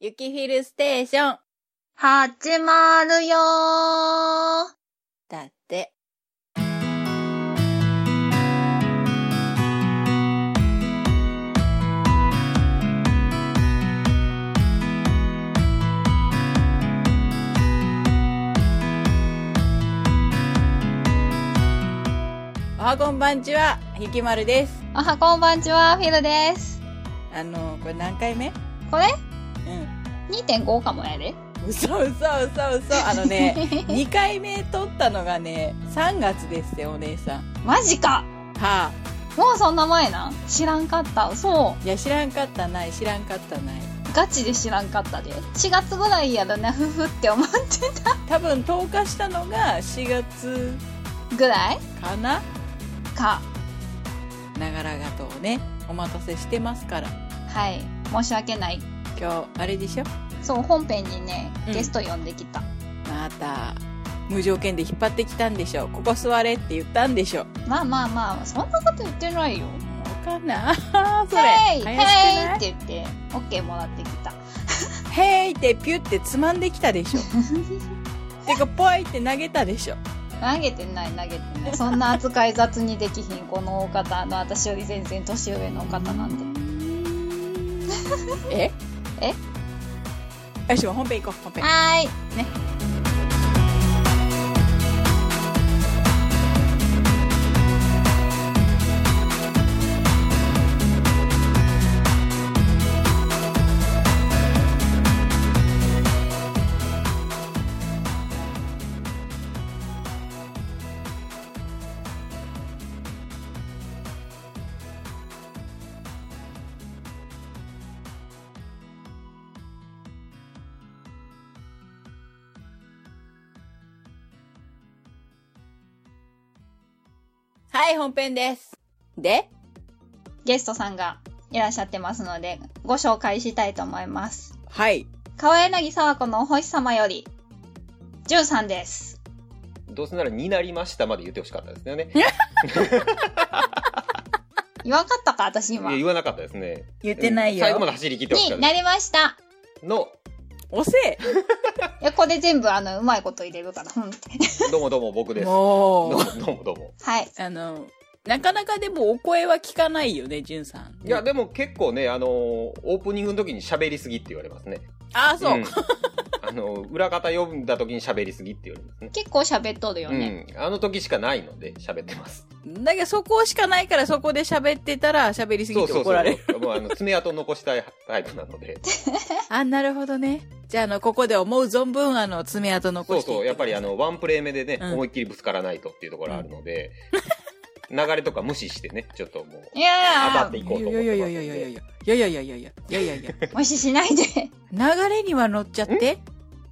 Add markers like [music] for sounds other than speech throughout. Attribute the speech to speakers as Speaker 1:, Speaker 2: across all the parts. Speaker 1: ゆきフィルステーション。
Speaker 2: 始まるよー
Speaker 1: だって。おはこんばんちは、ゆきまるです。
Speaker 2: おはこんばんちは、フィルです。
Speaker 1: あの、これ何回目
Speaker 2: これ
Speaker 1: うん。
Speaker 2: ?2.5 かもやで。
Speaker 1: 嘘嘘嘘嘘。あのね、2回目撮ったのがね、3月ですよ、お姉さん。
Speaker 2: マジか
Speaker 1: はあ。
Speaker 2: もうそんな前なん知らんかった。そ
Speaker 1: いや、知らんかったない、知らんかったない。
Speaker 2: う。ガチで知らんかったで。4月ぐらいやろな、ふふって思っ
Speaker 1: 多分投下したのが4月
Speaker 2: てぐらい
Speaker 1: かな
Speaker 2: か。
Speaker 1: ながらがとうねお待たせしてますから
Speaker 2: はい。申し訳ない。
Speaker 1: 今日あれでしょ
Speaker 2: そう、本編にね、
Speaker 1: うん
Speaker 2: ゲスト呼んできた。
Speaker 1: また無条件で引っ張ってきたんでしょここ座れって言ったんでしょも
Speaker 2: まあまあまあ、そんなこと言ってないよ。
Speaker 1: うかな [laughs] それ
Speaker 2: ヘイ
Speaker 1: 怪しく
Speaker 2: ヘイ
Speaker 1: な
Speaker 2: っ
Speaker 1: い
Speaker 2: て言って、オッケーもらってきた。
Speaker 1: ヘイってピュってつまんできた
Speaker 2: [laughs]
Speaker 1: でしょてかポイって投げたでしょ
Speaker 2: 投げてない投げてないそんな扱い雑にできひんこのお方あの私より全然年上のお方なんで
Speaker 1: え
Speaker 2: え
Speaker 1: よしもう本編行こう本編
Speaker 2: はーい
Speaker 1: はい本編ですで
Speaker 2: ゲストさんがいらっしゃってますのでご紹介したいと思います
Speaker 1: はい
Speaker 2: 川柳沢子のお星様より13です
Speaker 3: どうせならになりましたまで言ってほしかったですよね。
Speaker 2: 言わんかったか私
Speaker 3: いや
Speaker 2: 今
Speaker 3: 言わなかったですね。
Speaker 1: 言ってないよ
Speaker 3: 最後まで走り切ってほしかっ
Speaker 2: に
Speaker 3: た
Speaker 2: な
Speaker 3: で
Speaker 2: りました
Speaker 3: す。の、
Speaker 1: おせえ
Speaker 2: いやこれ全部あのうまいこと入れるからうんって
Speaker 3: どうもどうも僕です。どう
Speaker 1: も
Speaker 3: も
Speaker 1: う、
Speaker 3: どうもどうも。
Speaker 2: はい
Speaker 1: あの、なかなかでもお声は聞かないよね、じゅんさん。
Speaker 3: いや、でも結構ね、あのー、オープニングの時に喋りすぎって言われますね。
Speaker 1: ああ、そう。
Speaker 3: んあのー、裏方読んだ時に喋りすぎって言われますね。
Speaker 2: 結構喋っとるよね、
Speaker 3: うん。あの時しかないので喋ってます。
Speaker 1: だけどそこしかないからそこで喋ってたら喋りすぎて怒られる。
Speaker 3: う。もうあの、爪痕残したいタイプな
Speaker 1: [laughs]
Speaker 3: ので。
Speaker 1: あ、なるほどね。じゃあ、あの、ここで思う存分、あの、爪痕
Speaker 3: そ
Speaker 1: 残
Speaker 3: う
Speaker 1: していて
Speaker 3: そう、やっぱりあの、ワンプレイ目でね、
Speaker 1: うん
Speaker 3: 思いっきりぶつからないとっていうところあるので、流れとか無視してね、ちょっともう。
Speaker 2: いや
Speaker 3: 当たっ
Speaker 2: ー
Speaker 3: ていこうと
Speaker 1: い
Speaker 3: 思
Speaker 1: や
Speaker 3: っ
Speaker 1: い
Speaker 3: て
Speaker 1: や
Speaker 3: ま
Speaker 1: い
Speaker 3: すん
Speaker 1: や
Speaker 3: で
Speaker 1: いやいやいやいやいやいやいやいやいやいやいや
Speaker 2: 無視しないで [laughs]
Speaker 1: 流れには乗っちゃって、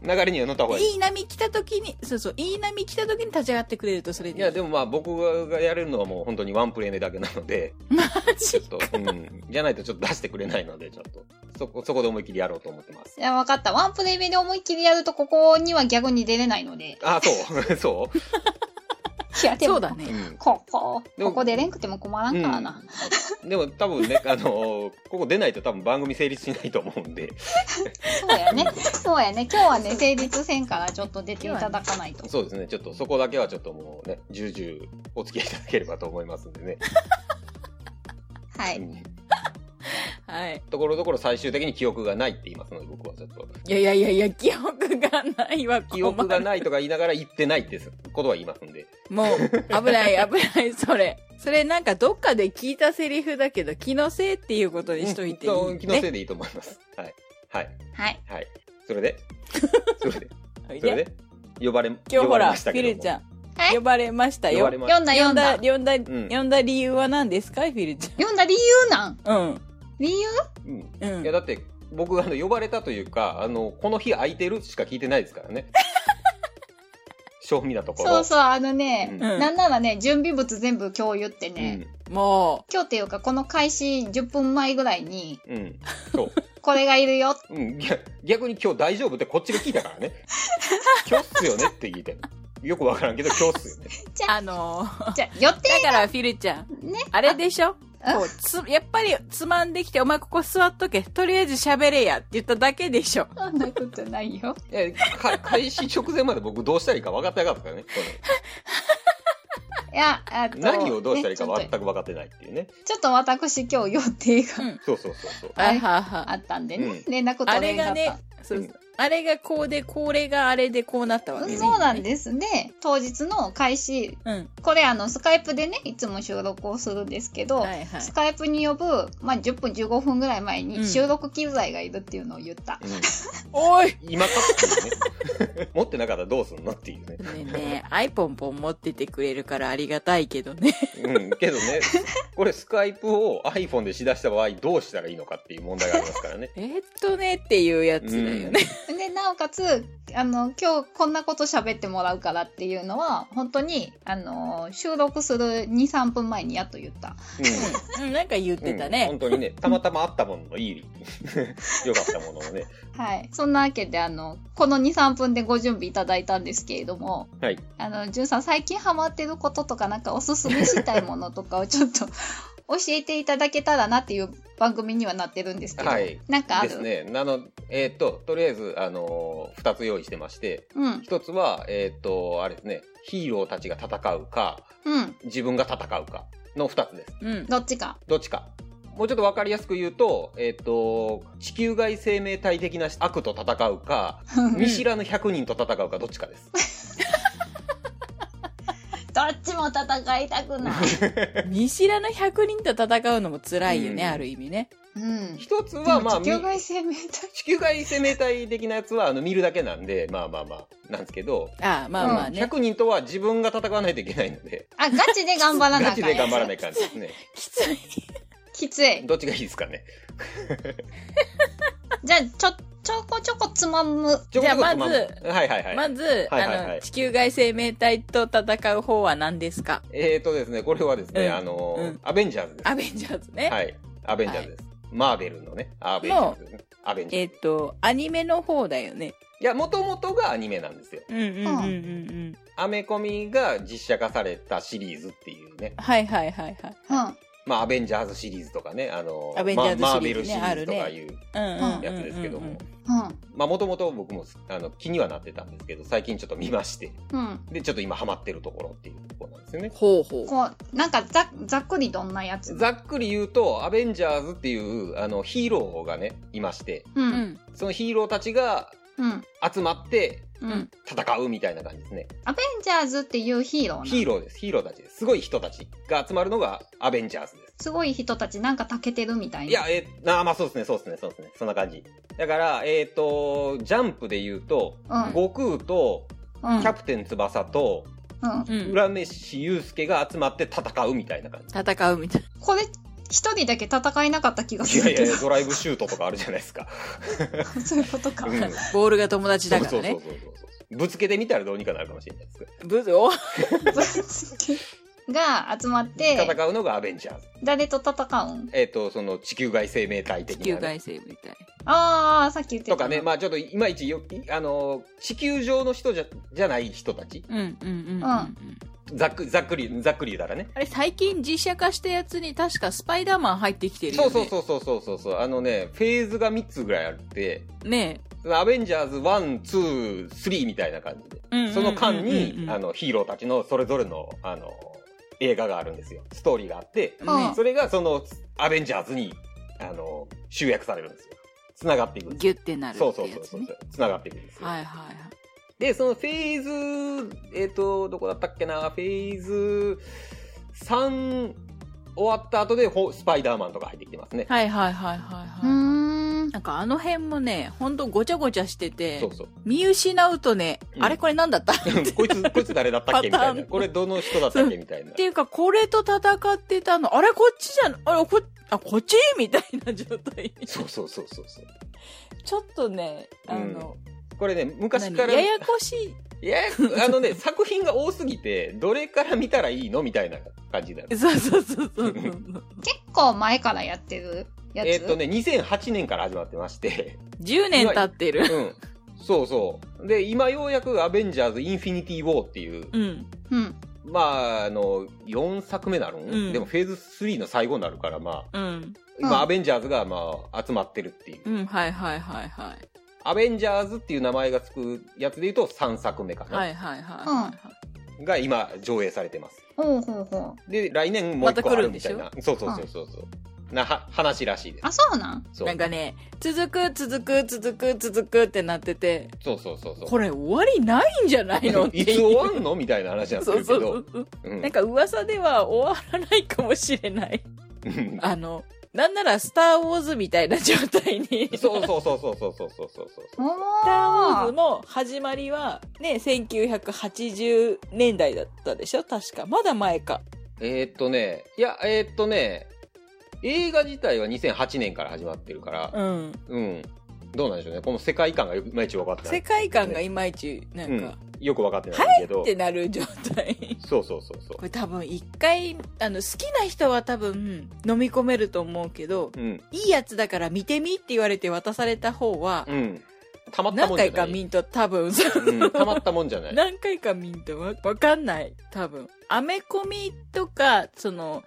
Speaker 3: 流れには乗った方がいい。
Speaker 1: いい波来た時に、そうそう、いい波来た時に立ち上がってくれるとそれで
Speaker 3: いや、でもまあ僕がやれるのはもう本当にワンプレイ目だけな
Speaker 1: [laughs]
Speaker 3: ので、
Speaker 1: マ
Speaker 3: ちょ
Speaker 1: ジ
Speaker 3: っと、うん、じゃないとちょっと出してくれないので、ちょっと、そこ、そこで思いっきりやろうと思ってます
Speaker 2: い。やわかったワンプレイ目で思いっきりやるとここには逆に出れないので
Speaker 3: あ、そう、 [laughs] そ
Speaker 2: いやでも
Speaker 1: そうだ
Speaker 3: う。う
Speaker 1: ね。
Speaker 3: ん。
Speaker 2: ここ、
Speaker 3: でも
Speaker 2: ここ出れんくても困らんからな。
Speaker 3: うん、 [laughs] でも多分ね、あのーここ出ないと多分番組成立しないと思うんで、
Speaker 2: そうやね。そうやね。今日はね、成立せんからちょっと出ていただかないと。
Speaker 3: そうですね、ちょっとそこだけはちょっともうね、重々お付き合いいただければと思いますんでね。
Speaker 2: は
Speaker 3: う
Speaker 2: い。
Speaker 3: ん
Speaker 1: はい。
Speaker 3: ところどころ最終的に記憶がないって言いますので、僕はちょっと。
Speaker 1: いやいやいやいや、記憶がないわ、
Speaker 3: 記憶が
Speaker 1: い
Speaker 3: ないとか言いながら言ってないってことは言いますんで。
Speaker 1: もう、危
Speaker 3: [laughs]
Speaker 1: ない、危ない、それ。それなんかどっかで聞いたセリフだけど、気のせいっていうことにしとい
Speaker 3: [laughs]
Speaker 1: ていい、
Speaker 3: うん気のせ
Speaker 1: い。
Speaker 3: いでいいと思います。はい。はい。
Speaker 2: はい。
Speaker 3: はい。それ
Speaker 1: [laughs]
Speaker 3: でそれで
Speaker 1: おい
Speaker 3: それ
Speaker 1: で
Speaker 3: で呼ばれ、
Speaker 1: 今日ほ
Speaker 3: 呼ばれ
Speaker 1: ら、
Speaker 3: ま
Speaker 1: フ
Speaker 3: したけ
Speaker 1: ィ
Speaker 3: ども
Speaker 1: ルちゃん、
Speaker 2: え
Speaker 1: 呼ばれました
Speaker 3: 呼
Speaker 1: よ
Speaker 3: ばれ。まし
Speaker 2: 読んだ読
Speaker 1: 呼ん
Speaker 2: ん
Speaker 1: だ、
Speaker 2: だ。
Speaker 1: 呼んだ、
Speaker 3: ん
Speaker 1: 呼んだ理由は何ですかフィルち
Speaker 2: 読んだ理由なん
Speaker 1: ゃん。
Speaker 2: 理由
Speaker 3: うん。
Speaker 1: うん。うん
Speaker 3: いや、。だって、僕、あの、呼ばれたというか、あの、この日空いてるしか聞いてないですから
Speaker 1: [laughs]
Speaker 3: ね。正味なところ。
Speaker 2: そうそう、あの
Speaker 3: う
Speaker 2: ね、
Speaker 3: ん。
Speaker 1: うん
Speaker 2: なんならね、準備物全部今日言って
Speaker 3: う
Speaker 2: ね、
Speaker 3: ん。
Speaker 1: も
Speaker 2: 今日っていうかこの開始10分前ぐらいに、
Speaker 3: うん。そう。
Speaker 2: これがいるよ。
Speaker 3: うん。ぎゃ逆に今日大丈夫ってこっちが聞いたから
Speaker 1: [laughs]
Speaker 3: ね。今日っすよねって聞いてる。よくわからんけど、今日っすよね。 [laughs]
Speaker 1: う、あのー
Speaker 2: じゃあ、予定
Speaker 1: だからフィルちゃん、
Speaker 2: ね。
Speaker 1: あれでしょこうつ、やっぱりつまんできて、お前ここ座っとけ、とりあえず喋れやって言っただけでしょ。
Speaker 2: そんなことないよ。
Speaker 1: [laughs]
Speaker 3: え、か開始直前まで僕どうしたらいいか分かってなかったからね。こ
Speaker 2: いや、えっと
Speaker 3: れ何をどうしたらいいか
Speaker 2: ね
Speaker 3: 全く分かってないっていうね。
Speaker 2: ちょっと私今日予定が
Speaker 1: うん。
Speaker 3: そうそうそうそう。
Speaker 2: あ
Speaker 1: あはは
Speaker 2: あったんでね、
Speaker 3: うん
Speaker 2: 連絡
Speaker 1: あ
Speaker 2: 取れ
Speaker 1: れ
Speaker 2: なか
Speaker 1: が
Speaker 2: った。
Speaker 1: ね、そう
Speaker 3: うん
Speaker 1: あれがこうで、これがあれでこうなったわけね
Speaker 2: そうなんですね。当日の開始、
Speaker 1: うん。
Speaker 2: これあの、スカイプでね、いつも収録をするんですけど、
Speaker 1: はいはい
Speaker 2: ス。カイプに呼ぶ、まあ、10分15分ぐらい前
Speaker 1: うん
Speaker 2: に収録機材がいるっていうのを言った。
Speaker 3: うん
Speaker 1: おい
Speaker 3: 今かっていうね。持ってなかったらどうすんのっていう
Speaker 1: ね
Speaker 3: ね。
Speaker 1: えねえ、アイポンポン持っててくれるからありがたいけど
Speaker 3: [laughs]
Speaker 1: ね。
Speaker 3: うん。けどね、これスカイプを iPhone でしだした場合どうしたらいいのかっていう問題がありますからね。
Speaker 1: えーっとねっていうやつだよね。
Speaker 2: で、なおかつ、あの、今日こんなこと喋ってもらうからっていうのは、本当に、あの、収録する2、3分前にやっと言った。
Speaker 3: うん。
Speaker 1: うん、なんか言ってた
Speaker 3: うん
Speaker 1: ね
Speaker 3: 本。当にね、たまたまあったもののいい、 [laughs] 良かったものをね。
Speaker 2: はい。そんなわけで、あの、この2、3分でご準備いただいたんですけれども、
Speaker 3: はい。
Speaker 2: あの、じゅんさん、最近ハマってることとか、なんかおすすめしたいものとかをちょっと [laughs] 教えていただけたらなっていう番組にはなってるんですけど、
Speaker 3: はい
Speaker 2: なんかあ
Speaker 3: で
Speaker 2: る
Speaker 3: すね。なの、えっ、と、とりあえず、あのー二つ用意してまして、
Speaker 2: うん、
Speaker 3: 一つは、えっ、と、あれですね、ヒーローたちが戦うか、
Speaker 2: うん、
Speaker 3: 自分が戦うかの二つです。
Speaker 1: うん。
Speaker 2: どっちか。 [laughs]
Speaker 3: どっちか。もうちょっとわかりやすく言うと、えっ、と、地球外生命体的な悪と戦うか、見知らぬ100人と戦うか、どっちかです。
Speaker 2: どっちも戦いたくない。
Speaker 1: 見知らぬ100人と戦うのも辛いよね、
Speaker 3: うん
Speaker 1: ある意味ね。
Speaker 2: うん。
Speaker 3: 一つ
Speaker 2: で
Speaker 3: は、
Speaker 2: も
Speaker 3: まあ、
Speaker 2: 地球
Speaker 3: み
Speaker 2: 外生命体。
Speaker 3: 地球外生命体的なやつは、あの、見るだけなんで、まあまあまあ、なんですけど、
Speaker 1: ああ、まあまあね。
Speaker 3: 100人とは自分が戦わないといけないので、
Speaker 2: あ、ガチで頑張らな
Speaker 3: ガ
Speaker 2: あか
Speaker 3: チ
Speaker 2: ん
Speaker 3: で
Speaker 2: やつ
Speaker 3: 頑張らない感じですね。
Speaker 1: きつい。
Speaker 2: きつい。
Speaker 3: どっちがいいですかね。
Speaker 2: じゃあ、ちょ、ちょこちょこつまむ。
Speaker 3: ちょこちょこつまむ
Speaker 1: じゃあま
Speaker 3: はいはいはい。
Speaker 1: まず、
Speaker 3: はいはいはい
Speaker 1: あの、地球外生命体と戦う方は何ですか
Speaker 3: えーとですね、これはですね、
Speaker 1: うん
Speaker 3: あのー
Speaker 1: うん
Speaker 3: アベンジャーズです。
Speaker 1: アベンジャーズね。
Speaker 3: はい。アベンジャーズです。マーベルのね、アベンジャーズですね、アベンジャ
Speaker 1: え
Speaker 3: ー
Speaker 1: っ
Speaker 3: ズ。
Speaker 1: と、アニメの方だよね。
Speaker 3: いや、もともとがアニメなんですよ。
Speaker 1: うんうんうんうんうん。
Speaker 3: アメコミが実写化されたシリーズっていうね。
Speaker 1: はいはいはいはい。
Speaker 2: うん。は
Speaker 3: まあ、アベンジャーズシリーズとかね、あのー
Speaker 1: アベンジャーズ
Speaker 3: まあマー
Speaker 1: シリ
Speaker 3: ベ
Speaker 1: ーズ
Speaker 3: ル
Speaker 1: ね
Speaker 3: シリーズとかいう
Speaker 1: うんうん。
Speaker 3: やつですけども。まあ、もともと僕もあの気にはなってたんですけど、最近ちょっと見まして、
Speaker 2: い。うん。
Speaker 3: で、ちょっと今ハマってるところっていうところなんですよね。
Speaker 1: ほうほう。
Speaker 2: こう、なんかざ、ざっくりどんなやつ
Speaker 3: ざっくり言うと、アベンジャーズっていうあのヒーローがね、いまして、
Speaker 2: う。
Speaker 1: うんん。
Speaker 3: そのヒーローたちが
Speaker 2: うん。
Speaker 3: 集まって
Speaker 2: うん。
Speaker 3: 戦うみたいな感じですね。
Speaker 2: アベンジャーズっていうヒーローな
Speaker 3: ヒーローです。ヒーローたちです。すごい人たちが集まるのがアベンジャーズです。
Speaker 2: すごい人たちなんかたけてるみたいな。
Speaker 3: いや、えーなあ、まあそうですね、そうですね、そうですね。そんな感じ。だから、えっ、と、ジャンプで言うと、
Speaker 2: うん。
Speaker 3: 悟空と、
Speaker 2: うん。
Speaker 3: キャプテン翼と、
Speaker 2: うん。
Speaker 1: うん。
Speaker 3: 浦飯祐介が集まって戦うみたいな感じ。
Speaker 1: 戦うみたい。
Speaker 2: これ、一人だけ戦えなかった気が
Speaker 3: い
Speaker 2: す
Speaker 3: や
Speaker 2: る
Speaker 3: い
Speaker 2: け
Speaker 3: やい
Speaker 1: [laughs]
Speaker 2: ど
Speaker 3: や、。ドライブシュートとかあるじゃないですか。
Speaker 2: [laughs] そういうことか。
Speaker 3: うん
Speaker 2: うん。
Speaker 1: ボールが友達だか
Speaker 3: そ
Speaker 1: ら
Speaker 3: うそ
Speaker 1: ね
Speaker 3: うそう。そうそう。ぶつけてみたらどうにかなるかもしれないですけど。
Speaker 1: ブズを
Speaker 2: が集まって、
Speaker 3: 戦うのがアベンジャーズ。
Speaker 2: 誰と戦うん
Speaker 3: えっ、と、その地球外生命体
Speaker 1: 地
Speaker 3: 的
Speaker 1: 球
Speaker 3: な、ね。
Speaker 1: 外生みたい。
Speaker 2: ああ、さっき言ってた。
Speaker 3: とかね、まあちょっといまいちよ、いあのー、地球上の人じゃ、じゃない人たち。
Speaker 1: うんうんうんうんうん。
Speaker 2: ん
Speaker 1: あ
Speaker 3: ざっくり、ざっくり、ざっくり言うたらね。
Speaker 1: れ最近実写化したやつに確かスパイダーマン入ってきてるよ
Speaker 3: そ
Speaker 1: ね。
Speaker 3: うそうそうそうそうそうそう。あのね、フェーズが3つぐらいあって、
Speaker 1: う。ね
Speaker 3: アベンジャーズ1、2、3みたいな感じで。
Speaker 1: え。
Speaker 3: その間
Speaker 1: うんうんうんう
Speaker 3: に
Speaker 1: ん、
Speaker 3: あの、ヒーローたちのそれぞれの、あの、映画があるんですよ。ストーリーがあって、
Speaker 2: うん
Speaker 3: それがその、アベンジャーズに、あの、集約されるんですよ。繋がっていくん
Speaker 1: ね
Speaker 3: です
Speaker 1: ギ
Speaker 3: よ。
Speaker 1: ュッてなるって
Speaker 3: そ
Speaker 1: や
Speaker 3: う
Speaker 1: つ、
Speaker 3: そう
Speaker 1: ね。
Speaker 3: そうそう。繋がっていくんですよ。
Speaker 1: はいはいはい。
Speaker 3: で、そのフェーズ、えっ、と、どこだったっけな、フェーズ3終わった後で、ほスパイダーマンとか入ってきてますね。
Speaker 1: はいはいはいはい、
Speaker 2: う
Speaker 1: はい。
Speaker 2: ーん。
Speaker 1: なんかあの辺もね、ほんとごちゃごちゃしてて
Speaker 3: そ、うそう。
Speaker 1: 見失うとね、
Speaker 3: うん
Speaker 1: あれこれなんだったっ
Speaker 3: こ
Speaker 1: [laughs]
Speaker 3: いつ、こいつ誰だったっけみ
Speaker 1: パタ
Speaker 3: た
Speaker 1: ー
Speaker 3: い
Speaker 1: ン
Speaker 3: な。これどの人だったっけみたいな
Speaker 1: て。いうか、これと戦ってたの、あれこっちじゃん、あれこ、あ、こっちみたいな状態に。
Speaker 3: そうそうそうそうそう。
Speaker 1: [laughs] ちょっとね、あの、
Speaker 3: これね、昔
Speaker 1: 何
Speaker 3: から。
Speaker 1: ややこしい。
Speaker 3: いや、あのね、作品が多すぎて、どれから見たらいいのみたいな感じだよ。
Speaker 1: そうそうそうそうそう。
Speaker 2: 結構前からやってるやつ。
Speaker 3: えっとね、2008年から始まってまして、
Speaker 1: 10年経って
Speaker 3: う
Speaker 1: る。
Speaker 3: ん。そうそう。で、今ようやくアベンジャーズインフィニティ・ウォーっていう
Speaker 1: うん。
Speaker 2: うん。
Speaker 3: まあ、あの、4作目なるん、
Speaker 1: うん
Speaker 3: でもフェーズ3の最後になるから、まあ、
Speaker 1: うん。
Speaker 2: うん
Speaker 3: 今、アベンジャーズが、まあ、集まってるっていう。
Speaker 1: うん、はいはいはいはい。
Speaker 3: アベンジャーズっていう名前がつくやつで言うと3作目かな、
Speaker 1: はいはいはいはい。
Speaker 3: が今、上映されてます。
Speaker 2: ほうほうほう。
Speaker 3: で、来年もう一個あるみたいな。そうそう
Speaker 2: ょ
Speaker 3: そうそうそう。な、は話らしいです。
Speaker 2: あ、そうなん
Speaker 3: そう
Speaker 1: なんかね、続く続く続く続くってなってて、
Speaker 3: そうそうそうそう。
Speaker 1: これ終わりないんじゃないのってい。
Speaker 3: [laughs] いうつ終わんのみたいな話になっ
Speaker 1: [laughs]
Speaker 3: て
Speaker 1: そ
Speaker 3: る
Speaker 1: う
Speaker 3: けど。
Speaker 1: そうそうそう。
Speaker 3: うん
Speaker 1: なんか噂では終わらないかもしれない。
Speaker 3: うん
Speaker 1: あの、なんならスターウォーズみたいな状態 [laughs] に。
Speaker 3: そうそうそうそうそうそうそうそう
Speaker 2: お
Speaker 1: スター・ウォーズ
Speaker 2: ー
Speaker 1: の始まりはね、1980年代だったでしょ確か。まだ前か。
Speaker 3: えーっとね、いや、えーっとね、映画自体は2008年から始まってるから、
Speaker 1: うん。
Speaker 3: うん。どうなんでしょうね。この世界観がよくいまいち分かってな
Speaker 1: 世
Speaker 3: い。
Speaker 1: 界観がいまいち、な
Speaker 3: うんん
Speaker 1: か、。
Speaker 3: よく分かってないけど
Speaker 1: っ。てなる状態。
Speaker 3: そうそうそう
Speaker 1: [laughs]
Speaker 3: そ
Speaker 1: これ多分一回、あの、好きな人は多分飲み込めると思うけど、
Speaker 3: う。うん。
Speaker 1: いいやつだから見てみって言われて渡された方は、
Speaker 3: うん。たまった
Speaker 1: 何
Speaker 3: もんじゃ
Speaker 1: 回
Speaker 3: な
Speaker 1: か
Speaker 3: い。
Speaker 1: 見んと多分、
Speaker 3: うんたまったもんじゃな
Speaker 1: [laughs]
Speaker 3: い。
Speaker 1: 何回か見んとわわかんない。多分。アメコミとか、その、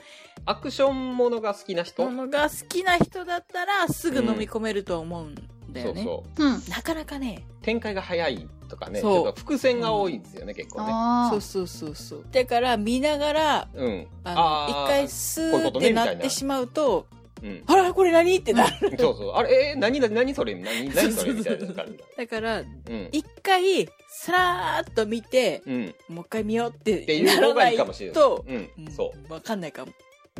Speaker 3: アクションものが好きな人、
Speaker 1: ものが好きな人だったら、すぐ飲み込めると思うんだ
Speaker 3: そ
Speaker 1: よ
Speaker 3: う
Speaker 1: ね。
Speaker 3: そう。
Speaker 2: うん。
Speaker 1: なかなかね。
Speaker 3: 展開が早いとかね、ち
Speaker 1: そう
Speaker 3: ょっと伏線が多いんですよね、結構ね。
Speaker 2: あ
Speaker 1: そう
Speaker 2: あ。
Speaker 1: そうそうそう。だから、見ながら、
Speaker 3: うん。
Speaker 1: あの、
Speaker 3: ー
Speaker 1: 一回ス
Speaker 3: こういう
Speaker 1: ー
Speaker 3: こ
Speaker 1: っ
Speaker 3: とね
Speaker 1: て
Speaker 3: みたいな
Speaker 1: なってしまうと、
Speaker 3: うん。
Speaker 1: あら、これ何ってなる。
Speaker 3: そうそう。あれ、えー何、何、何それ何、何それみたいな感じだ。
Speaker 1: だから、
Speaker 3: うん。
Speaker 1: 一回、さらーっと見て、
Speaker 3: うん。っ
Speaker 1: もう一回見ようっ
Speaker 3: って
Speaker 1: て
Speaker 3: いう
Speaker 1: な
Speaker 3: 方
Speaker 1: ら
Speaker 3: が
Speaker 1: ない
Speaker 3: い
Speaker 1: い
Speaker 3: かもしれない。
Speaker 1: と、
Speaker 3: うん。そ
Speaker 1: んわかんないかも。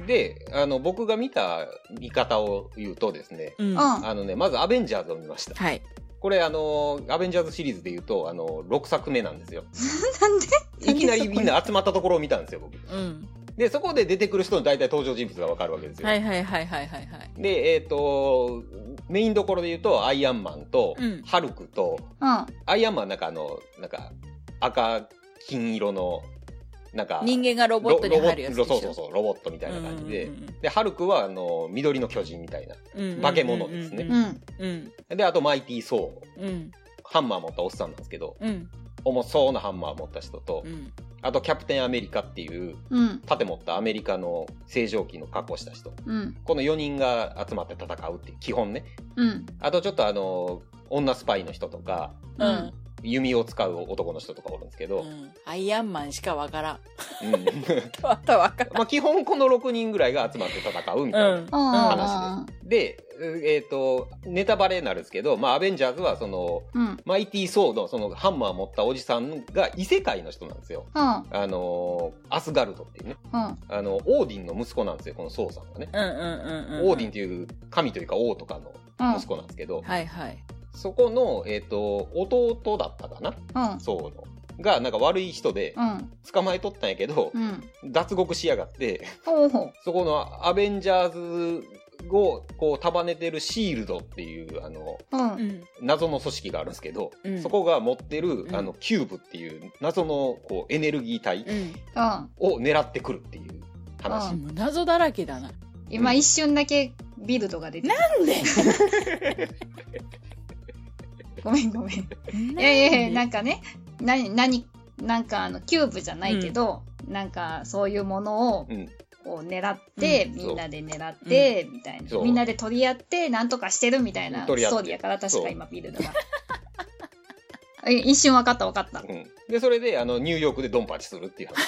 Speaker 3: う。で、あの、僕が見た見方を言うとですね、
Speaker 1: うん。は
Speaker 2: う
Speaker 3: あのね、まずアベンジャーズを見ました。
Speaker 1: い。
Speaker 3: これ、あの、アベンジャーズシリーズで言うと、あの、6作目なんですよ。
Speaker 2: ん。 [laughs] なんで
Speaker 3: いきなりみんな集まったところを見たんですよ、僕。
Speaker 1: うん。
Speaker 3: で、そこで出てくる人の大体登場人物がわかるわけですよ。
Speaker 1: はいはいはいはいはいはい。
Speaker 3: で、えっ、と、メインどころで言うと、アイアンマンと
Speaker 1: うん、
Speaker 3: ハルクと、
Speaker 2: うん。
Speaker 3: アイアンマンなんかあの、なんか、赤、金色の、なんか、
Speaker 1: 人間がロボットに入るやつでしょ。
Speaker 3: ロロボットそうそうそう、ロボットみたいな感じで。
Speaker 1: うんうん
Speaker 3: で、ハルクは、あの、緑の巨人みたいな。
Speaker 1: うんうん
Speaker 3: 化け物ですね
Speaker 2: うん。
Speaker 1: うん
Speaker 3: で、あと、マイティー・ソー。
Speaker 1: うん
Speaker 3: ハンマー持ったおっさんなんですけど、
Speaker 1: うん
Speaker 3: 重そうなハンマー持った人と
Speaker 1: う、ん
Speaker 3: あと、キャプテン・アメリカっていう、
Speaker 2: うん。
Speaker 3: 盾持ったアメリカの正常期の格好した人。
Speaker 2: うん。
Speaker 3: この4人が集まって戦うっていう、基本ね。
Speaker 2: うん。
Speaker 3: あと、ちょっとあの、女スパイの人とか、
Speaker 1: う
Speaker 2: うんん
Speaker 3: 弓を使う男の人とかおるんですけ
Speaker 1: う
Speaker 3: ど、
Speaker 1: んアイアンマンしかわからん。
Speaker 3: うん [laughs]
Speaker 1: わかわからん。
Speaker 3: まあ基本この6人ぐらいが集まって戦うみたいな。
Speaker 1: うん
Speaker 2: ああ。
Speaker 3: で、えっ、と、ネタバレになるんですけど、まあアベンジャーズはその、
Speaker 2: うん。
Speaker 3: マイティー・ソード、そのハンマー持ったおじさんが異世界の人なんですよ。
Speaker 2: うん。
Speaker 3: あのーアスガルドっていうね。
Speaker 2: うん。
Speaker 3: あの、オーディンの息子なんですよ、このソーさんがね。
Speaker 1: うんうんうんうん。
Speaker 3: オーディンという神というか王とかの
Speaker 2: うん。
Speaker 3: 息子なんですけど、
Speaker 1: はいはい。
Speaker 3: そこの、えっ、と、弟だったかな
Speaker 2: うん。
Speaker 3: ソーの。が、なんか悪い人で
Speaker 2: う、ん。
Speaker 3: 捕まえとったんやけど
Speaker 2: う、ん。
Speaker 3: 脱獄しやがって、
Speaker 2: ほうほ
Speaker 3: そこのアベンジャーズをこう束ねてるシールドっていうあの
Speaker 2: う。う。
Speaker 1: うんん
Speaker 3: 謎の組織があるんですけど、
Speaker 1: うん
Speaker 3: そこが持ってる、
Speaker 1: うん
Speaker 3: あのキューブっていう謎のこうエネルギー
Speaker 1: う
Speaker 3: 体
Speaker 1: ん。
Speaker 2: うん。
Speaker 3: を狙ってくるっていう話。
Speaker 1: もう謎だらけだな。
Speaker 2: 今一瞬だけビルドが出てた。
Speaker 1: なんで
Speaker 2: ごめんごめん。
Speaker 1: い
Speaker 2: いやいやいや、なんんかね、なに、なに、なんかあの、キューブじゃないけど、なんかそういうものを、
Speaker 3: うん
Speaker 2: こう狙って、
Speaker 3: ん
Speaker 2: みんなで狙って、みたい
Speaker 3: そ
Speaker 2: な。
Speaker 3: う
Speaker 2: みんなで取り合って、なんとかしてるみたいなスト
Speaker 3: 取り合って
Speaker 2: ーリーやから、確か今ビルドが。え一瞬分かった分かった。
Speaker 3: うんでそれであのニューヨークでドンパチするっていう
Speaker 1: [laughs]
Speaker 3: 話、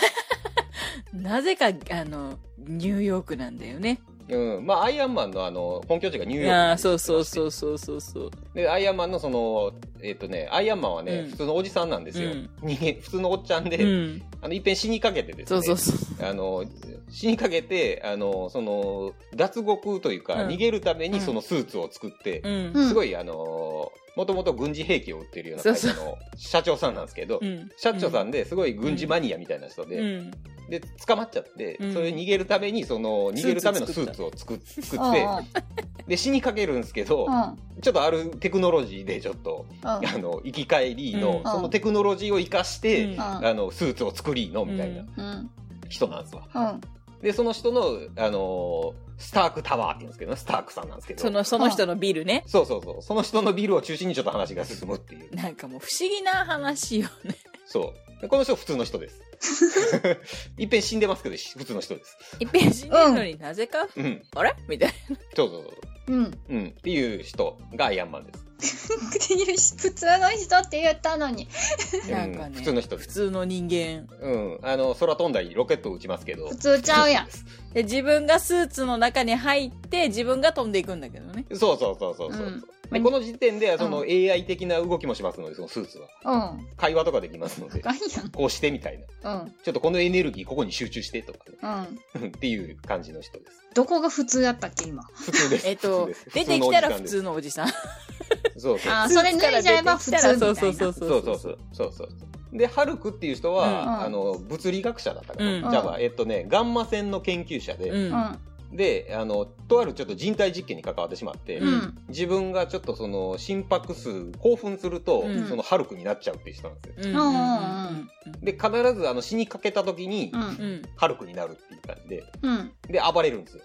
Speaker 1: なぜか、あの、ニューヨークなんだよね。
Speaker 3: うん、まあアイアンマンのあの本拠地がニューヨーク
Speaker 1: あ
Speaker 3: なん
Speaker 1: あ、
Speaker 3: ですけ
Speaker 1: そ
Speaker 3: ど
Speaker 1: うそうそうそうそうそう。
Speaker 3: でアイアンマンのそのえっ、とねアイアンマンはね、
Speaker 1: うん
Speaker 3: 普通のおじさんなんですよ、
Speaker 1: うん
Speaker 3: 人間普通のおっちゃんで、
Speaker 1: うん。
Speaker 3: あのいっぺん死にかけてです
Speaker 1: そ
Speaker 3: ね
Speaker 1: うそうそう。
Speaker 3: あの、死にかけて、あの、その、脱獄というか、
Speaker 1: うん
Speaker 3: 逃げるため
Speaker 1: う
Speaker 3: に
Speaker 1: ん
Speaker 3: そのスーツを作って、
Speaker 1: うん
Speaker 2: う。ん
Speaker 3: すごい、あの、もともと軍事兵器を売ってるような会社の社長さんなんですけど、
Speaker 1: うん
Speaker 3: 社長さんですごい軍事マニアみたいな人
Speaker 1: う
Speaker 3: で、
Speaker 1: ん。
Speaker 3: で、捕まっちゃって
Speaker 1: う、ん
Speaker 3: それ逃げるために、その、逃げるためのスーツを作っ
Speaker 2: う
Speaker 3: 作
Speaker 2: ん
Speaker 3: っ
Speaker 2: うん
Speaker 3: て、で、死にかけるんですけど
Speaker 2: う、ん
Speaker 3: ちょっとあるテクノロジーでちょっと、
Speaker 2: うん
Speaker 3: あの、生き返り
Speaker 1: う
Speaker 3: の
Speaker 1: ん、
Speaker 3: そのテクノロジーを生かして、
Speaker 2: うん
Speaker 3: あの、スーツを作りの、みたいな
Speaker 2: うん
Speaker 3: 人なんですわ。
Speaker 2: うん
Speaker 3: で、その人の、あのースタークタワーって言うんですけどね、スタークさんなんですけど。
Speaker 1: その、その人のビルね。
Speaker 3: そうそう
Speaker 1: [laughs]
Speaker 3: そう。その人のビルを中心にちょっと話が進むっていう。
Speaker 1: なんかもう不思議な話よね。
Speaker 3: そこの人普通の人です。
Speaker 1: [laughs]
Speaker 3: いっぺん死んでますけど、し普通の人です。
Speaker 1: 一ページなのになぜか、
Speaker 3: うん。
Speaker 1: あれみたい
Speaker 3: そうそうそう
Speaker 2: うん。っ
Speaker 3: そう。うん。っていう人がアイアンマンです。
Speaker 2: ていうし普通の人って言ったのに。
Speaker 3: う
Speaker 1: [laughs]
Speaker 3: ん
Speaker 1: なんかね
Speaker 3: 普通の人
Speaker 1: な。
Speaker 3: で
Speaker 1: 普
Speaker 3: す。
Speaker 1: 通の人間。
Speaker 3: うん。あの、空飛んだりロケットを撃ちますけど
Speaker 2: 普。通ちゃうやん
Speaker 3: 普。通です
Speaker 1: で、自分がスーツの中に入って、自分が飛んでいくんだけどね。
Speaker 3: そうそうそうそうそう。
Speaker 1: うん
Speaker 3: でこの時点で、そ
Speaker 2: う
Speaker 3: の AI 的な動きもしますので、そのスーツは。
Speaker 2: うん。あ
Speaker 3: 会話とかできますので、
Speaker 2: かん
Speaker 3: こうしてみたいな。
Speaker 2: やん。
Speaker 3: ちょっとこのエネルギーここに集中してとかね。
Speaker 2: うん。うん。
Speaker 3: うんっていう感じの人です。
Speaker 1: [laughs]
Speaker 2: どこが普通やったっけ今。
Speaker 3: 普通です。
Speaker 1: えっ
Speaker 3: 普
Speaker 1: と
Speaker 3: 通です、
Speaker 1: 出てきたら普
Speaker 3: 普通
Speaker 1: 通のおじさん。
Speaker 3: のお時間です。そうそう。
Speaker 2: あーそれ脱いじゃえば普通みたいな。
Speaker 1: そうそうそうそう。
Speaker 3: そうそうそう。そうそうそう。で、ハルクっていう人は、
Speaker 1: うん
Speaker 3: あの、物理学者だったから、
Speaker 1: うん
Speaker 3: じゃあ、えっとね、ガンマ線の研究者で、
Speaker 1: うん。
Speaker 2: うん。
Speaker 3: で、あの、とあるちょっと人体実験に関わってしまって、
Speaker 1: うん
Speaker 2: うん。
Speaker 3: 自分がちょっとその、心拍数、興奮すると、
Speaker 1: うん
Speaker 3: その、ハルクになっちゃうっていう人なんですよ。
Speaker 1: うん。
Speaker 2: うん
Speaker 3: で、必ず、あの、死にかけた時に、
Speaker 2: う。
Speaker 1: うんん。
Speaker 3: ハルクになるっていう感じで、
Speaker 2: うん。
Speaker 3: で、暴れるんですよ。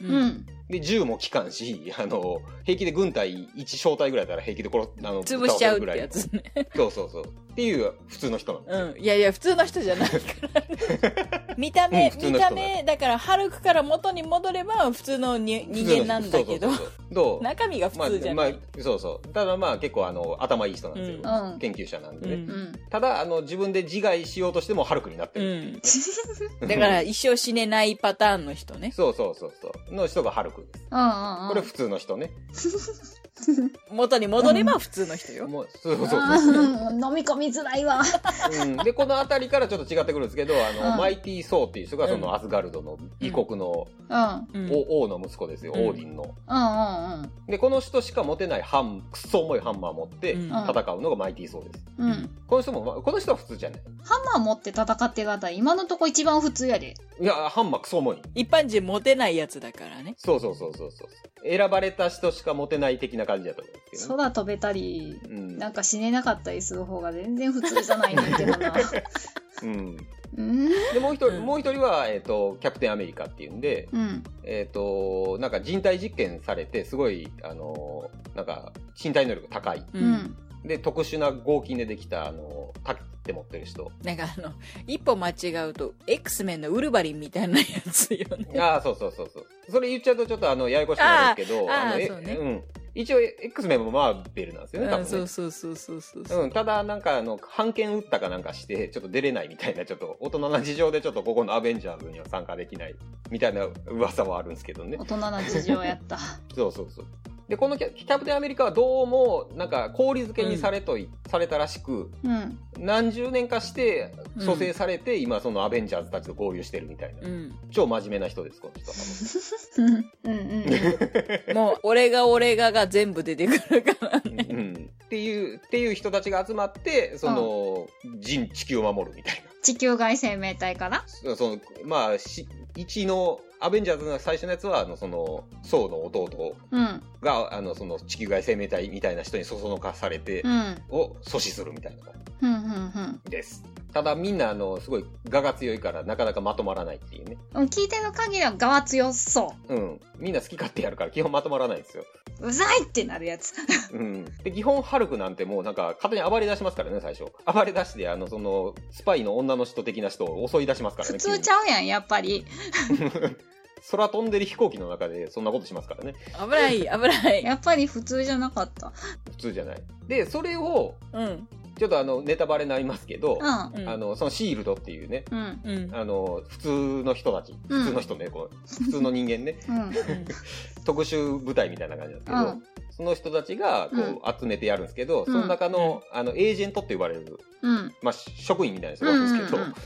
Speaker 1: う。
Speaker 2: うんん。
Speaker 3: で、銃も効かんし、 [laughs] あの、平気で軍隊1小隊ぐらいだったら平気で殺、あ
Speaker 1: [laughs]
Speaker 3: の、
Speaker 1: 潰しちゃうってや
Speaker 3: ぶっ
Speaker 1: つね。
Speaker 3: 倒せるぐらい。そうそうそう。っていう普通の人なんですよ。
Speaker 1: うん。いやいや、普通の人じゃないから、ね。見た目、
Speaker 3: うん普通
Speaker 1: 見
Speaker 3: の人だ
Speaker 1: た目、だから、ハルクから元に戻れば、普通のに人間なんだけど
Speaker 3: そう、そうそうどう
Speaker 1: 中身が普
Speaker 3: まあ
Speaker 1: 通じゃ、
Speaker 3: ま
Speaker 1: な
Speaker 3: あ
Speaker 1: い。、
Speaker 3: そうそう。ただまあ結構あの、頭いい人なんですよ。
Speaker 2: うんうん
Speaker 3: 研究者なんでね。
Speaker 1: うん
Speaker 2: うん。
Speaker 3: ただ、あの、自分で自害しようとしても、ハルクになってるっていうね、
Speaker 1: だから、一生死ねないパターンの人ね。
Speaker 3: そうそうそうそう。の人がハルクで
Speaker 2: う
Speaker 3: す。
Speaker 2: ん。
Speaker 3: こ
Speaker 2: [laughs]
Speaker 3: れ普通の人ね。
Speaker 1: 元に戻れば普通の人よ。
Speaker 3: もう、そうそうそう。
Speaker 2: うん。飲み込みづらいわ。
Speaker 3: うん、で、この辺りからちょっと違ってくるんですけど、あの、
Speaker 2: うん
Speaker 3: マイティー・ソーっていう人が、そうの
Speaker 1: ん
Speaker 3: アスガルドの異国の
Speaker 2: うん。
Speaker 1: うん
Speaker 3: 王,、王の息子ですよ、
Speaker 1: うん
Speaker 3: オーディンの。
Speaker 2: うん。うん。
Speaker 3: で、この人しか持てないハン、くっそ重いハンマー持って
Speaker 1: う
Speaker 3: 戦うんのがマイティー・ソーです。
Speaker 2: うん。
Speaker 3: この人も、まこの人は普通じゃない。
Speaker 2: ハンマー持って戦ってるあたり、今のとこ一番普通やで。
Speaker 3: いや、ハンマーくそ重い。
Speaker 1: 一般人モテないやつだからね。
Speaker 3: そうそうそうそうそう。選ばれた人しか持てない的な感じだと思うんですけど、ね。
Speaker 2: 空飛べたり、
Speaker 3: うん
Speaker 2: なんか死ねなかったりする方が全然普通じゃないねんけどな。
Speaker 3: うん、
Speaker 2: うん。
Speaker 3: でもう一人、
Speaker 1: うん
Speaker 3: もう一人は、えっ、と、キャプテンアメリカっていうんで、
Speaker 2: うん。
Speaker 3: えっ、と、なんか人体実験されて、すごい、あのー、なんか、身体能力高い。
Speaker 1: う
Speaker 2: う。ん。
Speaker 3: で、特殊な合金でできた、あのー、盾って持ってる人。
Speaker 1: なんかあの、一歩間違うと、X メンのウルヴァリンみたいなやつよね。
Speaker 3: [laughs] ああ、そうそうそうそう。それ言っちゃうとちょっと、あの、ややこしくなるんですけど、
Speaker 1: あーあー
Speaker 3: の、え
Speaker 1: そうね
Speaker 3: うん。一応、X メンもマーベルなんですよね、多
Speaker 1: うん、そ
Speaker 3: 分
Speaker 1: う
Speaker 3: ね。
Speaker 1: そうそうそうそうそう。
Speaker 3: うん、ただ、なんか、あの、半券打ったかなんかして、ちょっと出れないみたいな、ちょっと、大人な事情で、ちょっと、ここのアベンジャーズには参加できない、みたいな噂はあるんですけどね
Speaker 2: 大。人な事情やった。
Speaker 3: そうそうそう。で、このキャキャプテンアメリカはどうも、なんか、氷漬けにされとい、されたらしく、
Speaker 2: うん。
Speaker 3: 何十年かして、
Speaker 1: うん
Speaker 3: 蘇生されて、今、そのアベンジャーズたちと合流してるみたい
Speaker 1: う
Speaker 3: な。
Speaker 1: ん。
Speaker 3: 超真面目な人です、この人は。
Speaker 2: うん。うん。
Speaker 1: もう、俺が俺がが全部出てくるから。
Speaker 3: うん、っていう、っていう人たちが集まって、その、人、地球を守るみたいな。
Speaker 2: 地球外生命体から
Speaker 3: そその、まあ、し、一の、アベンジャーズの最初のやつは、あの、その、ソウの弟
Speaker 2: うん。
Speaker 3: が、あの、その、地球外生命体みたいな人にそそのかされて
Speaker 2: う、ん。
Speaker 3: を阻止するみたいな感
Speaker 2: うん。うん。
Speaker 3: じです。ただみんな、あの、すごい、我が強いから、なかなかまとまらないっていうね。
Speaker 2: うん。聞いてる限りは側強そ
Speaker 3: うん。みんな好き勝手やるから、基本まとまらないんですよ。
Speaker 2: う。うざいってなるやつ。
Speaker 3: うん。で、基本、ハルクなんてもうなんか、勝手に暴れ出しますからね、最初。暴れ出して、あの、その、スパイの女の人的な人を襲い出しますから
Speaker 2: 普
Speaker 3: ね。
Speaker 2: 通ちゃうやん、やっぱり。
Speaker 3: 急に空飛んでる飛行機の中で、そんなことしますからね。
Speaker 1: 危ない、危ない。
Speaker 2: やっぱり普通じゃなかった。
Speaker 3: 普通じゃない。で、それを、
Speaker 1: うん。
Speaker 3: ちょっとあの、ネタバレになりますけど、
Speaker 2: う
Speaker 1: うん
Speaker 3: あの、そのシールドっていうね、
Speaker 2: ん。うん。
Speaker 1: うん。うん
Speaker 3: あの、普通の人たち、
Speaker 2: うん
Speaker 3: 普通の人ね、こう普通の人間ね、 [laughs]
Speaker 2: うん。
Speaker 3: 特殊部隊みたいな感じなんですけど、
Speaker 2: うん
Speaker 3: その人たちがこう集めてやるんですけど、その中の,、あのエージェントって呼ばれる、
Speaker 2: うん。
Speaker 3: まあ、職員みたいな人がいるんですけど、
Speaker 2: うんうんうん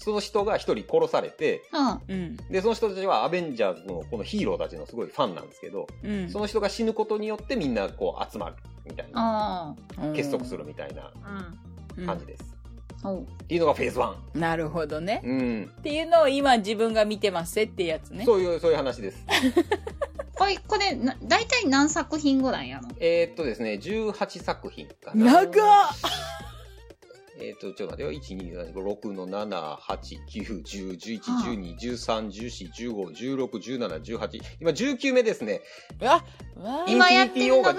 Speaker 3: その人が一人殺されて、
Speaker 2: うん。
Speaker 1: うん。
Speaker 3: で、その人たちはアベンジャーズのこのヒーローたちのすごいファンなんですけど、
Speaker 1: うん
Speaker 3: その人が死ぬことによってみんなこう集まるみたいな、
Speaker 2: あ
Speaker 3: 結束するみたいな
Speaker 2: あ。うん。
Speaker 3: 感じです。
Speaker 2: おう。
Speaker 3: っていうのがフェーズ1。
Speaker 1: なるほどね。
Speaker 3: うん。
Speaker 1: っていうのを今自分が見てますってやつね。
Speaker 3: そういう、そういう話です。
Speaker 2: これ、これ、な大体何作品ぐらいやの
Speaker 3: えーっとですね、18作品かな。
Speaker 1: 長っ
Speaker 3: えっ、と、ちょっと待ってよ。1、2、3、4、5、6の7、8、9、10、11、12、13、14、15、16、17、18。今19名ですね。
Speaker 1: わ、わー
Speaker 2: 今やってるのが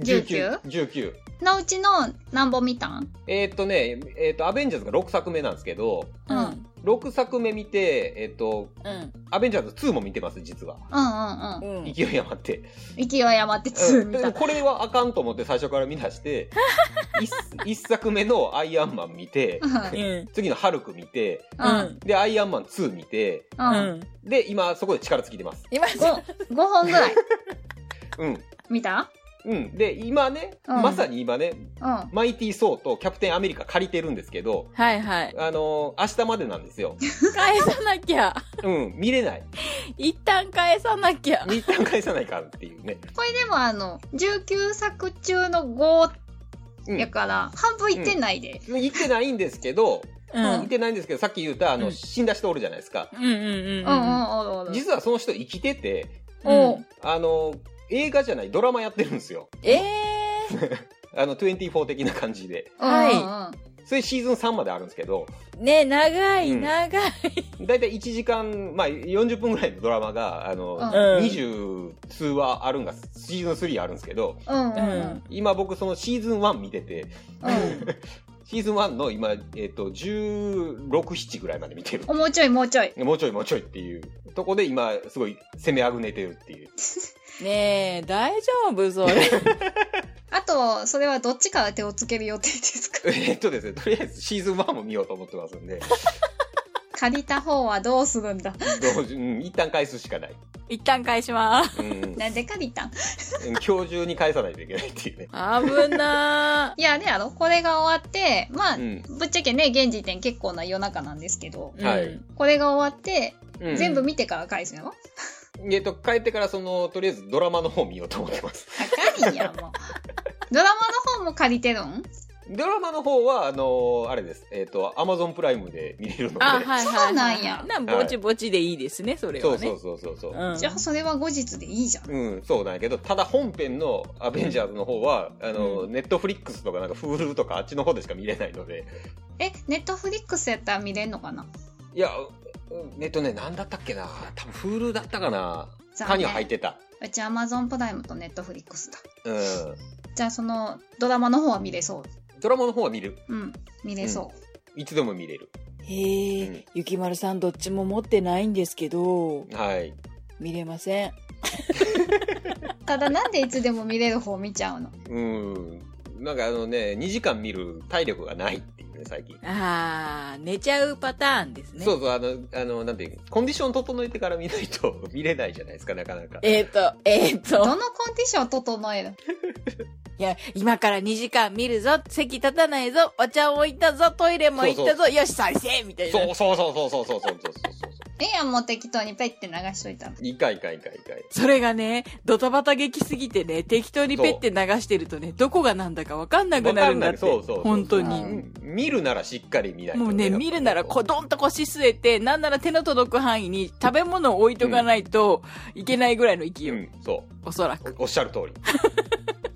Speaker 3: 19?19
Speaker 2: 19。
Speaker 3: 19
Speaker 2: のうちの何本見たん
Speaker 3: えっ、とね、えっ、と、アベンジャーズが6作目なんですけど、
Speaker 1: う
Speaker 2: うんん、
Speaker 3: 6作目見て、えっ、と、
Speaker 1: うん、
Speaker 3: アベンジャーズ2も見てます、実は。
Speaker 2: うんうんう
Speaker 1: うん。
Speaker 3: 勢い余って。
Speaker 2: ん。勢い余って
Speaker 3: う
Speaker 2: 2
Speaker 3: ん
Speaker 2: 見
Speaker 3: で
Speaker 2: た
Speaker 3: も。これはあかんと思って最初から見出して、1作目のアイアンマン見て
Speaker 2: う、ん
Speaker 1: うん、うん、
Speaker 3: 次のハルク見て、
Speaker 2: うん
Speaker 3: で、アイアンマン2見て、
Speaker 1: う
Speaker 2: うん。
Speaker 1: ん。
Speaker 3: で、今そこで力尽きてます。
Speaker 1: 今、
Speaker 2: 5、5本ぐらい
Speaker 3: うん。
Speaker 2: 見た
Speaker 3: うん。で、今ね、
Speaker 2: うん
Speaker 3: まさに今ね、
Speaker 2: うん。
Speaker 3: マイティー・ソーとキャプテン・アメリカ借りてるんですけど、
Speaker 1: はいはい。
Speaker 3: あのー明日までなん
Speaker 2: [laughs]
Speaker 3: ですよ。
Speaker 1: 返さなきゃ。
Speaker 3: うん、見れない。
Speaker 1: 一旦返さなきゃ。
Speaker 3: 一旦返さないかんっていうね。
Speaker 2: これでもあの、19作中の5
Speaker 3: うん。
Speaker 2: やから、半分いってないで。
Speaker 3: 言ってないんですけど、
Speaker 1: う
Speaker 3: 言っ。てないんですけど、さっき言った、あの、
Speaker 1: うん
Speaker 3: 死んだ人おるじゃないですか。
Speaker 1: うんうんうん。
Speaker 2: うんうんうんうん。
Speaker 3: 実はその人生きてて、
Speaker 2: お
Speaker 1: うん
Speaker 2: う
Speaker 3: あの、映画じゃないドラマやってるんですよ。
Speaker 1: ええ
Speaker 3: あの、24的な感じで。
Speaker 1: はい
Speaker 2: は
Speaker 3: それシーズン3まであるんですけど、
Speaker 1: ー。ね、長い、
Speaker 3: うん
Speaker 1: 長い。
Speaker 3: だいたい1時間、まあ、40分ぐらいのドラマが、あの、
Speaker 2: うん
Speaker 3: 20数話あるんが、シーズン3あるんですけど、
Speaker 2: い。うんうんう
Speaker 1: うんん。
Speaker 3: 今僕そのシーズン1見てて、
Speaker 2: うん。
Speaker 3: シーズン1の今、えっ、と、16、7ぐらいまで見てる。
Speaker 2: おもうちょいもうちょい。
Speaker 3: もうちょいもうちょいっていうとこで今、すごい攻めあぐねてるっていう。
Speaker 1: ねえ、大丈夫それ。
Speaker 2: あと、それはどっちから手をつける予定ですか [laughs]
Speaker 3: えっとですね、とりあえずシーズン1も見ようと思ってますんで、
Speaker 2: 借りた方はどうするんだ [laughs]
Speaker 3: どううん一旦返すしかない。
Speaker 1: 一旦返します。
Speaker 3: うん
Speaker 2: なんで借りたん
Speaker 3: うん今日中に返さないといけないっていうね。
Speaker 1: 危ない
Speaker 2: や、ねやろ、これが終わって、まあ、
Speaker 3: うん
Speaker 2: ぶっちゃけね、現時点結構な夜中なんですけど、
Speaker 1: ー。
Speaker 3: [laughs] はい
Speaker 1: うん。
Speaker 2: これが終わって、
Speaker 3: うん
Speaker 2: 全部見てから返すの
Speaker 3: えっと、帰ってからその、とりあえずドラマの方見ようと思ってます。
Speaker 2: 高いんや、もう。ドラマの方も借りてるん
Speaker 3: ドラマの方は、あのーあれです。えっ、と、アマゾンプライムで見れるので。
Speaker 1: あ、はいはいはい。
Speaker 2: そうなんや
Speaker 1: な、ぼちぼちでいいですね、それ
Speaker 3: そ
Speaker 1: は
Speaker 3: うそ
Speaker 1: ね
Speaker 3: う。そうそうそう。
Speaker 1: うん
Speaker 2: じゃあ、それは後日でいいじゃん。
Speaker 3: うん、そうなんやけど、ただ本編のアベンジャーズの方は、あの、ネットフリックスとかなんか Hulu とかあっちの方でしか見れないので、
Speaker 2: え、ネットフリックスやったら見れんのかない
Speaker 3: や、うんえっとね、なんだったっけな多分 Hulu だったかな
Speaker 2: 残念
Speaker 3: 他には入ってた。
Speaker 2: うちアマゾンプライムとネットフリックスだ。
Speaker 3: うん。
Speaker 2: じゃあ、その、ドラマの方は見れそ
Speaker 3: ドラマの方は見る。
Speaker 2: う。うん、見れそう。
Speaker 3: いつでも見れる。
Speaker 1: へ
Speaker 3: うん
Speaker 1: え、ゆきまるさんどっちも持ってないんですけど、
Speaker 3: はい。
Speaker 1: 見れません。
Speaker 2: ただ、なんでいつでも見れる方見ちゃうの
Speaker 3: うん。なんかあのね、2時間見る体力がないっていうね、最近。
Speaker 1: あー、寝ちゃうパターンですね。
Speaker 3: そうそう、あの、あの、なんていうコンディション整えてから見ないと [laughs] 見れないじゃないですか、なかなか。
Speaker 1: えっ、と、えっ、
Speaker 2: ど
Speaker 1: と、
Speaker 2: のコンディション整える
Speaker 1: いや、今から2時間見るぞ、席立たないぞ、お茶を置いたぞ、トイレも行ったぞ、
Speaker 3: そ
Speaker 1: よし、再生みたいな。
Speaker 3: そうそうそうそうそうそうそうそうそう。
Speaker 2: ええやん、もう適当にペッて流しといたの。
Speaker 3: いかいかいかいかい。
Speaker 1: それがね、ドタバタ劇すぎてね、適当にペッて流してるとね、どこがなんだかわかんなくなるんだって。
Speaker 3: わかないそうそうそう
Speaker 1: 本当
Speaker 3: う
Speaker 1: に。
Speaker 3: ん見るならしっかり見ないと
Speaker 1: もうね、見るならこ
Speaker 3: こ
Speaker 1: どんと腰据えて、なんなら手の届く範囲に食べ物を置いとかないといけないぐらいの勢い。
Speaker 3: うん、そ
Speaker 1: おそらく。
Speaker 3: う。おおっしゃる通り。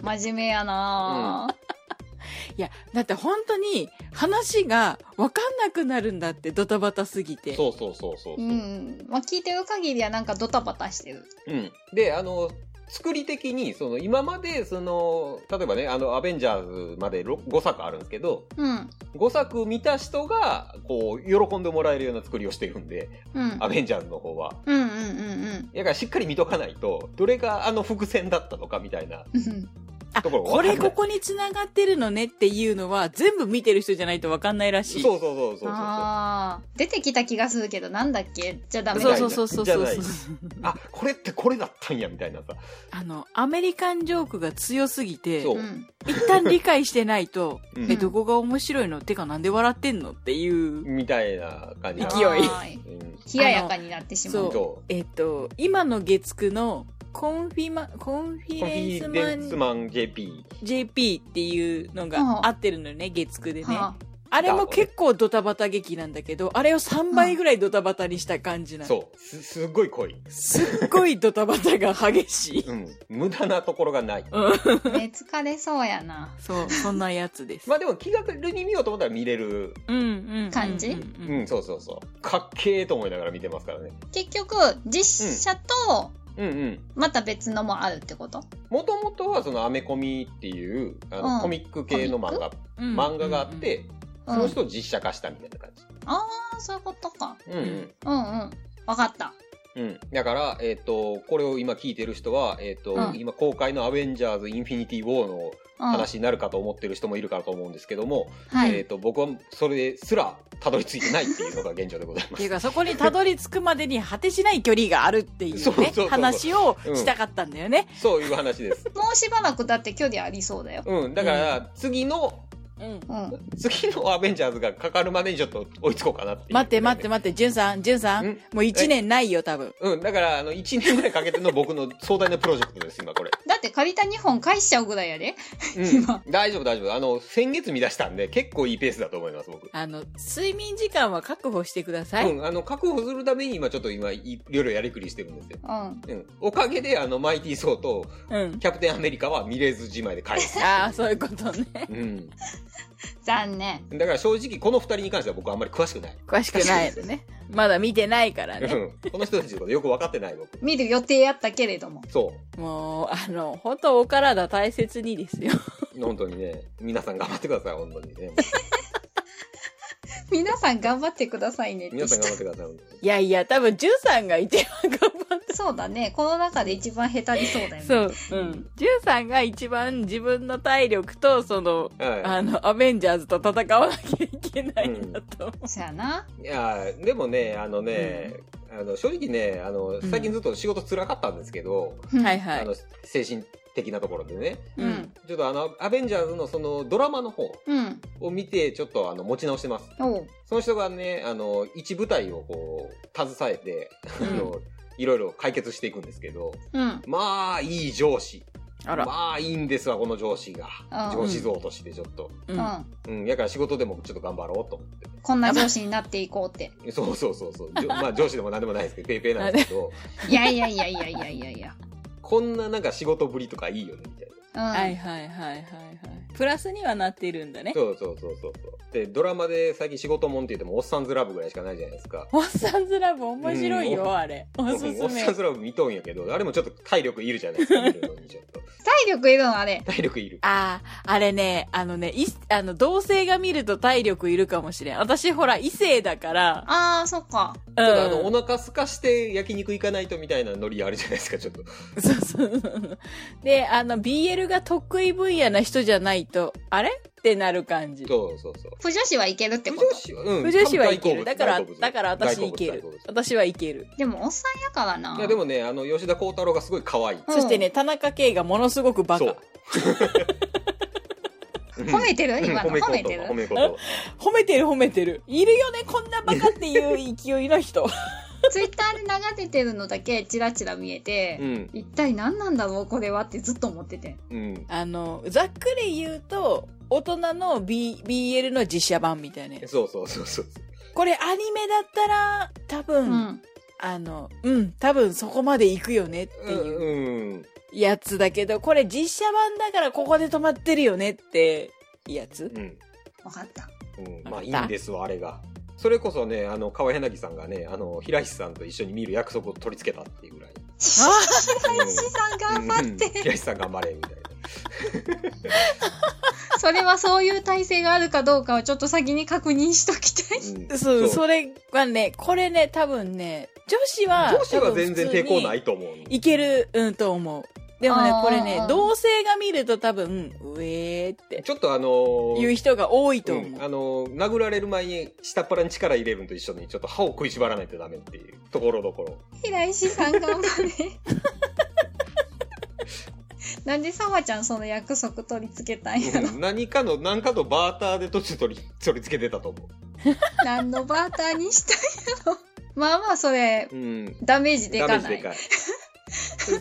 Speaker 2: 真面目やなぁ、
Speaker 1: いや、だって本当に話がわかんなくなるんだって、ドタバタすぎて。
Speaker 3: そうそうそうそう。
Speaker 2: うん。まあ、聞いてる限りはなんかドタバタしてる。
Speaker 3: うん。で、あの、作り的に、その、今まで、その、例えばね、あの、アベンジャーズまでろ5作あるんですけど、
Speaker 2: うん。
Speaker 3: 5作見た人が、こう、喜んでもらえるような作りをしてるんで、
Speaker 2: うん。
Speaker 3: アベンジャーズの方は。
Speaker 2: うんうんうん
Speaker 3: だからしっかり見とかないと、どれがあの伏線だったのかみたいな
Speaker 2: うん。
Speaker 1: あ、
Speaker 3: ところ
Speaker 1: これこ
Speaker 3: こ。
Speaker 1: こに繋がってるのねっていうのは、全部見てる人じゃないとわかんないら
Speaker 3: そ
Speaker 1: し
Speaker 3: う
Speaker 1: い。
Speaker 3: そうそうそうそう。あ
Speaker 2: ああ、出てきた気がするけど、なんだっけじゃダメ
Speaker 1: そ
Speaker 2: だ
Speaker 1: うそうそうそう
Speaker 3: じゃ
Speaker 1: そ
Speaker 3: な
Speaker 1: う
Speaker 3: いこれってこれだったんや、みたいなさ。
Speaker 1: あの、アメリカンジョークが強すぎて、
Speaker 3: そう
Speaker 2: うん。
Speaker 1: 一旦理解してないと、
Speaker 3: うん
Speaker 1: え、どこが面白いのてかなんで笑ってんのっていう。
Speaker 3: みたいな感じな
Speaker 1: 勢い
Speaker 2: い。
Speaker 3: うん。
Speaker 2: 冷ややかになってしまう。
Speaker 3: そ
Speaker 1: えっと、今の月9のコンフィマ、コンフ
Speaker 3: う。
Speaker 1: ィ
Speaker 3: コンフ
Speaker 1: レンス
Speaker 3: ィ
Speaker 1: マ
Speaker 3: デンス
Speaker 1: ン
Speaker 3: マン JP。
Speaker 1: JP っていうの
Speaker 2: は
Speaker 1: が
Speaker 2: あ
Speaker 1: 合ってるのよね、月9でね。
Speaker 2: はあ
Speaker 1: あれも結構ドタバタ劇なんだけど、あれを3倍ぐらいドタバタにした感じなの。
Speaker 3: そう。す、すっごい濃い。
Speaker 1: すっごいドタバタが激しい。
Speaker 3: うん。無駄なところがない。
Speaker 2: ね、疲れそうやな。
Speaker 1: そう、そんなやつです。
Speaker 3: まあでも気軽に見ようと思ったら見れる。
Speaker 1: うんうんうん。
Speaker 2: 感じ
Speaker 1: うん
Speaker 3: う、
Speaker 1: うんん
Speaker 3: そうそうそう。かっけーと思いながら見てますからね。
Speaker 2: [laughs] 結局、実写と、
Speaker 3: うんうん。
Speaker 2: また別のもあるってこと
Speaker 3: もともとはそのアメコミっていう、あの、
Speaker 2: うん
Speaker 3: コミック系の漫画、
Speaker 1: うん
Speaker 3: 漫画があっ。て、
Speaker 2: うん。
Speaker 3: その
Speaker 2: あ
Speaker 3: 人を実写化したみたいな感じ。
Speaker 2: あ、そういうことか。
Speaker 3: うんう
Speaker 2: う
Speaker 3: ん。
Speaker 2: んうん。わかった。
Speaker 3: うん、だから、えっとこれを今聞いてる人は、えっと
Speaker 2: うん
Speaker 3: 今公開の「アベンジャーズ・インフィニティ・ウォー」の
Speaker 2: うん。
Speaker 3: 話になるかと思ってる人もいるかと思うんですけども、
Speaker 2: は
Speaker 3: えっ
Speaker 2: い。
Speaker 3: と僕はそれすらたどり着いてないっていうのが現状でござい
Speaker 1: っ
Speaker 3: ま
Speaker 1: てい
Speaker 3: す
Speaker 1: う。か、そこにたどり着くまでに果てしない距離があるっていうね、
Speaker 3: そうそうそうそう
Speaker 1: 話を
Speaker 3: うん
Speaker 1: したかったんだよね。
Speaker 3: そういう話です。
Speaker 2: もうしばらくだって距離ありそうだよ。
Speaker 3: うん、だから次の、
Speaker 1: うん。
Speaker 2: うん。
Speaker 3: 次のアベンジャーズがかかるまでにちょっと追いつこうかなっていう
Speaker 1: 待って待って待って、じゅんさん、じゅんさん、
Speaker 3: ん
Speaker 1: もう1年ないよ、多分。
Speaker 3: うん、だからあの1年ぐらいかけての僕の壮大なプロジェクトです、今
Speaker 1: [laughs]
Speaker 3: これ。
Speaker 2: だって借りた2本返しちゃうぐらいやで。
Speaker 3: うん、大丈夫大丈夫。あの、先月見出したんで結構いいペースだと思います、僕。
Speaker 1: あの、睡眠時間は確保してください。
Speaker 3: うん、あの、確保するために今ちょっと今い、いろいろやりくりしてるんですよ。
Speaker 2: うん。
Speaker 3: うん。おかげで、あの、マイティー・ソーと、
Speaker 1: うん。
Speaker 3: キャプテン・アメリカは見れずじまいで帰る。
Speaker 1: ああ、そういうことね。
Speaker 3: うん。
Speaker 2: 残念。
Speaker 3: だから正直、この二人に関しては僕あんまり詳しくない。
Speaker 1: 詳しくないのね。 [laughs] まだ見てないから
Speaker 3: う
Speaker 1: ね。
Speaker 3: ん。この人たちのことよく分かってない、僕。
Speaker 2: [laughs] 見る予定やったけれども。
Speaker 3: そ
Speaker 1: もう、あの、本当お体大切にですよ。
Speaker 3: う。本当にね、皆さん頑張ってください、本当にね。
Speaker 2: 皆さん頑張ってくださいねって
Speaker 3: 皆さん頑張ってください、本当に。
Speaker 1: いやいや、多分、じゅんさんが一番頑張っ
Speaker 2: [laughs] そうだね。この中で一番下手りそうだよ
Speaker 1: て。
Speaker 2: ね。
Speaker 1: そう。うん。じゅんさんが一番自分の体力と、その、
Speaker 3: は
Speaker 1: あの、アベンジャーズと戦わなきゃいけないんだと思う。
Speaker 2: そやな。
Speaker 3: い。いや、でもね、あのね、あの、正直ね、あの、最近ずっと仕事辛かったんですけど、
Speaker 1: はいは
Speaker 3: あ
Speaker 1: い。
Speaker 3: の、精神的なところでね、
Speaker 2: う
Speaker 1: うんん。
Speaker 3: ちょっとあの、アベンジャーズのそのドラマの方、
Speaker 2: うん。
Speaker 3: を見て、ちょっとあの、持ち直してます。
Speaker 2: おう。
Speaker 3: その人がね、あの、一部隊をこう、携えて、あの、いろいろ解決していくんですけど、
Speaker 2: うん。
Speaker 3: まあ、いい上司。
Speaker 1: あら。
Speaker 3: まあ、いいんですわ、この上司が
Speaker 2: あ。ー
Speaker 3: 上司像としてちょっと。
Speaker 1: う。
Speaker 2: うんん。
Speaker 3: うん、やから仕事でもちょっと頑張ろうと思っ
Speaker 2: こんな上司になっていこう
Speaker 3: [laughs]
Speaker 2: って。
Speaker 3: て。そうそうそうそう。じょまあ、上司でも何でもないですけど、ペイペイなんですけど、
Speaker 2: いやいやいやいやいやいやいや。
Speaker 3: こんななんか仕事ぶりとかいいよね、みたいな。
Speaker 2: うん。
Speaker 1: はいはいはいはいはい。プラスにはなっているんだね。
Speaker 3: そうそうそうそうそう。で、ドラマで最近仕事もんって言っても、おっさんずラブぐらいしかないじゃないですか。
Speaker 1: おっさんずラブ面白いうよ、あれ。おすす
Speaker 3: うんおっ
Speaker 1: め
Speaker 3: さん。ずラブ見とんやけど、あれもちょっと体力いるじゃないですか、見るのにちょっと。
Speaker 2: 体力いるのあれ。
Speaker 3: 体力いる。
Speaker 1: ああ、あれね、あのね、い、あの、同性が見ると体力いるかもしれん。私ほら、異性だから、
Speaker 2: ああ、そっか。
Speaker 1: う
Speaker 3: ちょっとあの、お
Speaker 1: ん。
Speaker 3: 腹空かして焼肉行かないとみたいなノリあるじゃないですか、ちょっと。
Speaker 1: そうそうそう。で、あの、BL が得意分野な人じゃないと、あれってなる感じ。
Speaker 3: そうそうそう。
Speaker 2: 不女子はいけるってこ
Speaker 3: 不
Speaker 2: と
Speaker 3: 女。子は、うん。
Speaker 1: 不女子はいけ
Speaker 3: 大好物
Speaker 1: る。だから
Speaker 3: 大好、物
Speaker 1: だから私いけ
Speaker 3: 大
Speaker 1: る
Speaker 3: 好物大好。物
Speaker 1: 私はいける。
Speaker 2: でも、おっさんやからな。
Speaker 3: いや、でもね、あの、吉田鋼太郎がすごい可愛い。
Speaker 2: うん
Speaker 1: そしてね、田中圭がものすごくバカ
Speaker 3: そ。う。うん
Speaker 2: [laughs] 褒めてる今の
Speaker 3: [laughs] 褒め
Speaker 2: 褒め
Speaker 3: 言葉
Speaker 2: てる
Speaker 3: 褒め言葉
Speaker 1: 褒めてる褒めてる。いるよね、こんなバカっていう勢いの人。
Speaker 2: ツイッターで流れてるのだけチラチラ見えて、
Speaker 3: うん。
Speaker 2: 一体何なんだろうこれはってずっと思ってて。
Speaker 3: うん。
Speaker 1: [laughs] あの、ざっくり言うと、大人の、B、BL の実写版みたいなやつ。
Speaker 3: そうそうそうそう。
Speaker 1: これアニメだったら、多
Speaker 2: う
Speaker 1: 分、
Speaker 2: ん。
Speaker 1: あの、うん、多分そこまで行くよねって
Speaker 3: うん
Speaker 1: いう
Speaker 3: うん。
Speaker 1: やつだけど、これ実写版だからここで止まってるよねってやつ
Speaker 3: うん。
Speaker 2: わかった。
Speaker 3: うん
Speaker 1: た
Speaker 3: まあいいんですわ、あれが。それこそね、あの、川柳さんがね、あの、平石さんと一緒に見る約束を取り付けたっていうぐらい。
Speaker 2: [laughs]
Speaker 3: 平石
Speaker 2: さん頑張っ
Speaker 3: 平石さん頑張れ、みたいな。
Speaker 2: それはそういう体制があるかどうかはちょっと先に確認しときたい。
Speaker 3: う
Speaker 1: あ
Speaker 3: ん
Speaker 1: そう、それはね、これね、多分ね、女子は、。
Speaker 3: 女子は全然抵抗ないいと思う。
Speaker 1: いける、うん、と思う。でもね
Speaker 2: あー、
Speaker 1: これね、同性が見ると多分、うえーって
Speaker 3: ちょっとあのー
Speaker 1: 言う人が多いと思う。
Speaker 3: うんあのー殴られる前に下っ腹に力入れるのと一緒にちょっと歯を食いしばらないとダメっていうところどころ。
Speaker 2: 平石さん頑張れ。なんでさわちゃんその約束取り付けたんやろ
Speaker 3: うん何かの、何かのバーターで途中取り、取り付けてたと思
Speaker 2: 何のバーターにしたんやろまあまあそれ
Speaker 3: う。うん。
Speaker 2: ダメージでか
Speaker 3: ダメージ
Speaker 2: な
Speaker 3: で
Speaker 2: い
Speaker 3: かい。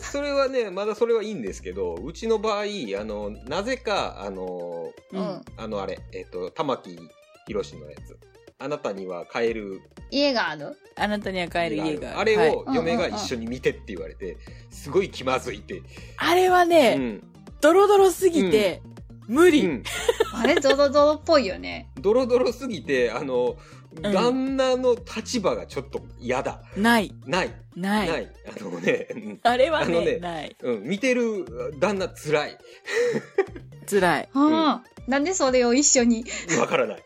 Speaker 3: そそれはね、まだそれはいいんですけど、うちの場合、あの、なぜか、あの
Speaker 2: うん
Speaker 3: ー、あのあれ、えっ、と、玉木ヒロシのやつ。あなたには買える
Speaker 2: 家がある
Speaker 1: あなたには帰る家が
Speaker 3: あ
Speaker 1: あ
Speaker 3: る
Speaker 1: る
Speaker 3: あれ
Speaker 1: は
Speaker 3: を
Speaker 1: い
Speaker 3: 嫁が一緒に見てって言われて、すごい気まずいって。
Speaker 1: あれはね、
Speaker 3: うん。
Speaker 1: ドロドロすぎて、無理、
Speaker 3: うん
Speaker 2: あれ、ドロドロっぽいよね。
Speaker 3: ドロドロすぎて、あの、
Speaker 1: ん
Speaker 3: 旦那の立場がちょっと嫌だ。
Speaker 1: ない、
Speaker 3: ない。
Speaker 1: ない。
Speaker 3: ない。あのね、うん
Speaker 1: あれは
Speaker 3: あの
Speaker 1: ね
Speaker 3: ね
Speaker 1: ない。
Speaker 3: うん、見てる旦那辛い。
Speaker 1: 辛い。
Speaker 2: ああ、なんでそれを一緒に、
Speaker 3: わからない。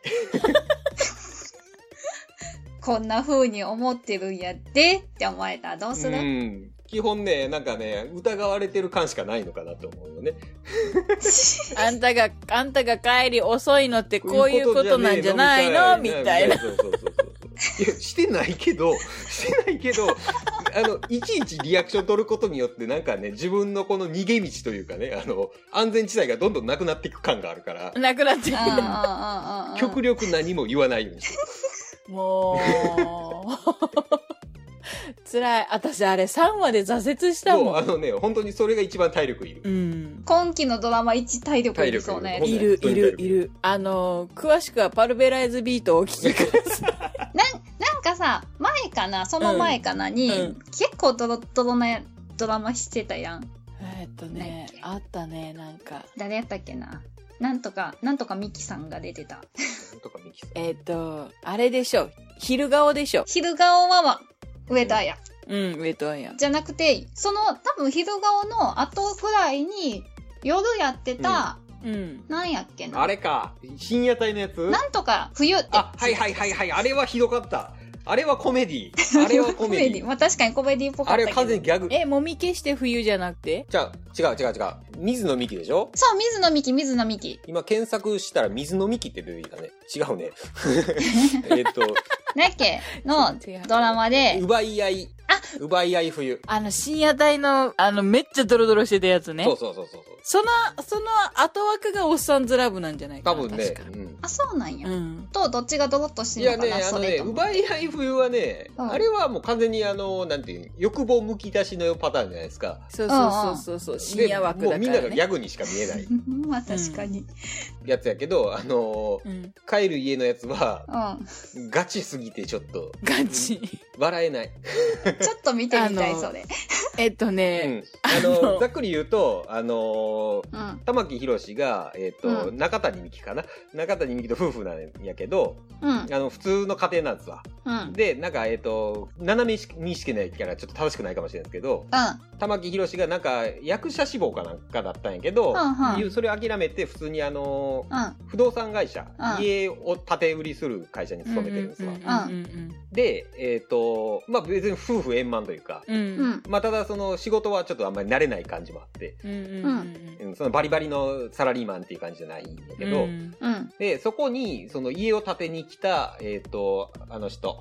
Speaker 2: こんな風に思ってるんやってって思えたらどうす
Speaker 3: う
Speaker 2: る
Speaker 3: ん。基本ね、なんかね、疑われてる感しかないのかなと思うよね。
Speaker 1: あんたが、あんたが帰り遅いのってこういうことなんじゃないのみたいな。。
Speaker 3: そうそうそうそう。いや、してないけど、してないけど、 [laughs] あの、いちいちリアクション取ることによって、なんかね、自分のこの逃げ道というかね、あの、安全地帯がどんどんなくなっていく感があるから、
Speaker 1: なくなって
Speaker 2: うんうんうんうんうん
Speaker 3: 極力何も言わないようにしてる。
Speaker 1: もう。辛い。私、あれ3話で挫折した
Speaker 3: もう
Speaker 1: も
Speaker 3: あ
Speaker 1: ん。
Speaker 3: のね、本当にそれが一番体力いる。
Speaker 1: うん。
Speaker 2: 今期のドラマ一体力いりそうね
Speaker 3: 体力い。
Speaker 1: いる、いる、
Speaker 3: 本当に
Speaker 1: いる。あの、詳しくはパルベライズビートをお聞きください。
Speaker 2: なんかさ、前かな、その前かなに、
Speaker 1: うん
Speaker 2: 結構ドロッドロなドラマしてたやん。
Speaker 1: [laughs] えっとね
Speaker 2: なんだっけ、
Speaker 1: あったね、なんか。
Speaker 2: 誰やったっけな。なんとか、なんとかミキさんが出てた。
Speaker 3: とかミキさん
Speaker 1: えっと、あれでしょ。昼顔でしょ。
Speaker 2: 昼顔は、ま、上田や。
Speaker 1: うん、ウェトンや。
Speaker 2: じゃなくて、その、多分昼顔の後ぐらいに、夜やってた、
Speaker 1: うん。
Speaker 2: なんやっけな。
Speaker 3: あれか、深夜帯のやつ
Speaker 2: なんとか冬って。
Speaker 3: あ、はいはいはいはい、あれはひどかった。あれはコメディー。あれはコメディー。
Speaker 2: まあ確か [laughs] にコメディっぽか
Speaker 3: あ
Speaker 2: った
Speaker 3: れ
Speaker 2: け
Speaker 3: は
Speaker 2: ど。
Speaker 3: 完全にギャグ。
Speaker 1: え、もみ消して冬じゃなくて
Speaker 3: じゃあ、違う違う違う。水野美紀でしょ
Speaker 2: そう、水野美紀、水野美紀。
Speaker 3: 今検索したら水野美紀って出てきたね。違うね。 [laughs] えっと、
Speaker 2: なんやっけの
Speaker 1: 違う
Speaker 2: ドラマで、
Speaker 3: 奪い合い。奪い合い冬。
Speaker 1: あの、深夜帯の、あの、めっちゃドロドロしてたやつね
Speaker 3: そう。そうそうそう。
Speaker 1: その、その後枠がおっさんずラブなんじゃないか
Speaker 3: 多
Speaker 1: な。
Speaker 3: 分ね
Speaker 1: 確。か
Speaker 3: うん
Speaker 2: あ、そうなんや。
Speaker 1: うん。
Speaker 2: と、どっちがドロッとして
Speaker 3: い
Speaker 2: る
Speaker 3: や
Speaker 2: のか
Speaker 3: ね、
Speaker 2: な、
Speaker 3: あの
Speaker 2: そ
Speaker 3: ね、
Speaker 2: れとも。
Speaker 3: 奪い合い冬はね、
Speaker 2: うん
Speaker 3: あれはもう完全にあの、なんていう、欲望むき出しのパターンじゃないですか。
Speaker 1: そうそうそうそう。う深夜枠だ
Speaker 3: でもう
Speaker 1: か
Speaker 3: みん
Speaker 1: ら、
Speaker 3: ながギ
Speaker 1: ね。
Speaker 3: ャグにしか見えない
Speaker 2: まあ確かに。
Speaker 3: やつやけど、あの
Speaker 1: うん。
Speaker 3: ー、帰る家のやつは、
Speaker 2: うん。
Speaker 3: ガチすぎてちょっと、
Speaker 1: ガチ。
Speaker 3: 笑えない。
Speaker 2: ちょっと見てみた
Speaker 1: あ
Speaker 2: い、
Speaker 1: の
Speaker 2: それ。
Speaker 1: えっと [laughs]
Speaker 3: う
Speaker 1: ね、
Speaker 3: ん。あの
Speaker 1: あの
Speaker 3: ざっくり言うと、あのー
Speaker 2: うん。
Speaker 3: 玉木宏が、えっ、と、
Speaker 2: う
Speaker 3: 中谷美紀かな中谷美紀と夫婦なんやけど、
Speaker 2: うん。
Speaker 3: あの、普通の家庭なんですわ。
Speaker 2: うん。うん。
Speaker 3: で、なんか、えっ、と、斜めにしかないからちょっと正しくないかもしれないですけど、玉木宏がなんか、役者志望かなんかだったんやけど、
Speaker 2: うんうん
Speaker 3: いうそれ諦めて普通にあのー
Speaker 2: うん。
Speaker 3: 不動産会社、
Speaker 2: うん
Speaker 3: 家を建て売りする会社に勤めてるんですわ。
Speaker 1: うんうん
Speaker 3: で、えっ、と、まあ別に夫婦円満というか、
Speaker 1: うんうん。う
Speaker 2: うんん。
Speaker 3: まあただその仕事はちょっとあんまり慣れない感じもあって、
Speaker 1: うん
Speaker 2: う
Speaker 3: うんそのバリバリのサラリーマンっていう感じじゃないんだけど、
Speaker 1: うん
Speaker 2: うん。
Speaker 3: で、そこに、その家を建てに来た、えっ、と、あの人、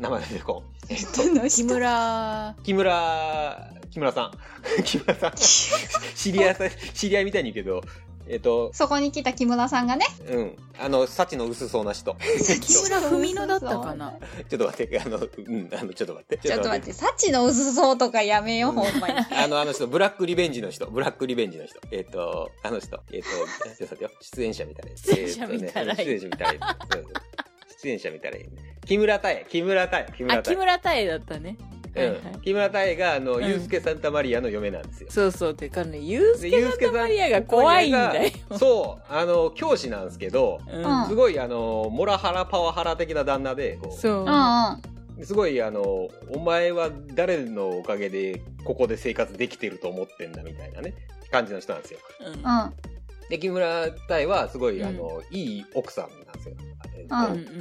Speaker 3: 名前出てこん。えっ、と、
Speaker 1: 木村、
Speaker 3: 木村、木村さん。 [laughs] 木村さん。知り合いさ、知り合いみたいに言うけど、えっ、と、
Speaker 2: そこに来た木村さんがね。
Speaker 3: うん。あの、幸の薄そうな人。
Speaker 1: 木村文乃だったかな。
Speaker 3: ちょっと待って、あの、うん、あの、ちょっと待って。
Speaker 2: ちょっと待って、サチの薄そうとかやめよう、ほんまに。
Speaker 3: [laughs] あの、あの人、ブラックリベンジの人、ブラックリベンジの人。えっ、と、あの人、えっ、と、ちょっと待ってよ、出演者みたいな。
Speaker 1: 出演者みたいな
Speaker 3: えっとね出演者みたいな。そうそう出演者みたいな。木村太江、木村太江、木村
Speaker 1: あ、
Speaker 3: 太
Speaker 1: 木
Speaker 3: 江。
Speaker 1: 村太江だったね。はいはい
Speaker 3: うん木村太江が、あの、
Speaker 1: ん
Speaker 3: ユースケ・サンタマリアの嫁なんですよ。
Speaker 1: そうそう、てかね、ユース
Speaker 3: で
Speaker 1: ケ・サンタマリアが怖いんだよ。
Speaker 3: がそう、あの、教師なんですけど、
Speaker 1: うん
Speaker 3: すごい、あの、モラハラ、パワハラ的な旦那で、こう
Speaker 1: そう
Speaker 2: うん。うん。
Speaker 3: すごい、あの、お前は誰のおかげで、ここで生活できてると思ってんだ、みたいなね、感じの人なんですよ。
Speaker 1: うん
Speaker 2: うん。
Speaker 3: で、木村隊は、すごい、
Speaker 1: うん
Speaker 3: あの、いい奥さんなんですよ。
Speaker 1: うん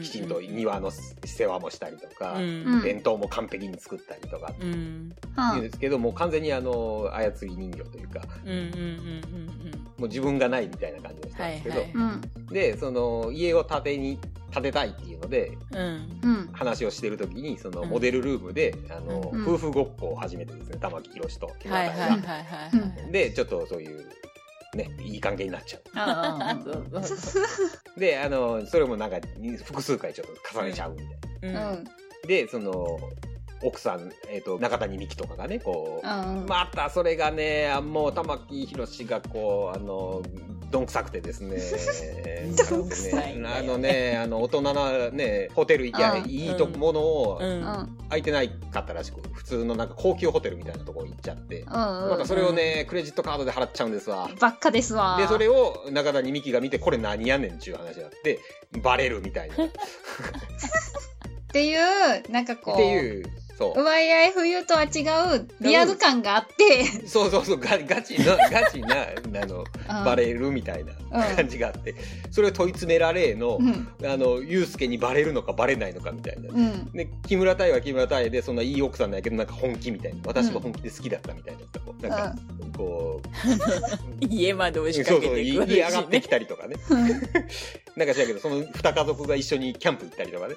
Speaker 3: きちんと庭の世話もしたりとか、
Speaker 1: うん
Speaker 3: 弁当も完璧に作ったりとか、
Speaker 1: うんうん
Speaker 3: 言うん
Speaker 2: う
Speaker 3: ですけど、もう完全にあの、操り人形というか、
Speaker 1: うんうんうん
Speaker 3: もう自分がないみたいな感じの人なんですけど、
Speaker 1: はいはい
Speaker 2: ん。うん。
Speaker 3: で、その、家を建てに、建てたいっていうので、
Speaker 1: うんうん
Speaker 2: うん。
Speaker 3: 話をしてる時に、その、
Speaker 1: うん
Speaker 3: モデルルームで、あの、
Speaker 2: うん
Speaker 3: 夫婦ごっこを始めてですね、玉木宏と木
Speaker 1: は
Speaker 3: 村
Speaker 1: いはい
Speaker 3: 隊
Speaker 1: は
Speaker 3: が。
Speaker 1: いはいはい
Speaker 3: で、ちょっとそういう、ね、いい関係になっちゃう。
Speaker 1: あそうそうそう
Speaker 3: で、あの、それもなんか、複数回ちょっと重ねちゃうみたい
Speaker 1: う
Speaker 3: な。
Speaker 2: うん。うんん。
Speaker 3: で、その、奥さん、えっ、と、中谷美紀とかがね、こう、
Speaker 2: うん。
Speaker 3: またそれがね、あもう玉木宏がこう、あの、どんくさくてですね
Speaker 2: どんくさ
Speaker 1: いんだよね
Speaker 3: ねあのねあの大人なねホテル行きゃ
Speaker 2: うん
Speaker 3: いいとこものを
Speaker 1: うん。
Speaker 2: うん。うん。
Speaker 3: 空いてないかったらしく普通のなんか高級ホテルみたいなとこ行っちゃってま
Speaker 2: う
Speaker 3: た
Speaker 2: ん。
Speaker 3: それをねクレジットカードで払っちゃうんですわ
Speaker 2: ばっかですわ。
Speaker 3: でそれを中谷美紀が見てこれ何やねんっちゅう話があってバレるみたいなっ
Speaker 2: っていう、なんかこう。
Speaker 3: ていうそう
Speaker 2: 奪い合い冬とは違うリアル感があって、
Speaker 3: そうそうそうガガチなガチなあの
Speaker 2: うん
Speaker 3: バレるみたいな感じがあって、それを問い詰められの
Speaker 2: うん
Speaker 3: あのユうスケにバレるのかバレないのかみたいな。
Speaker 2: うん
Speaker 3: で木村太は木村太でそんないい奥さんなんやけどなんか本気みたいな私も本気で好きだったみたいな,、こうなんかこう、
Speaker 1: 家まで押し
Speaker 3: そ
Speaker 1: か
Speaker 3: う
Speaker 1: け
Speaker 3: そう
Speaker 1: て
Speaker 3: い
Speaker 1: くるし、ね。
Speaker 3: 嫌がってきたりとかね
Speaker 2: うん
Speaker 3: なんか知らんけどその二家族が一緒にキャンプ行ったりとかね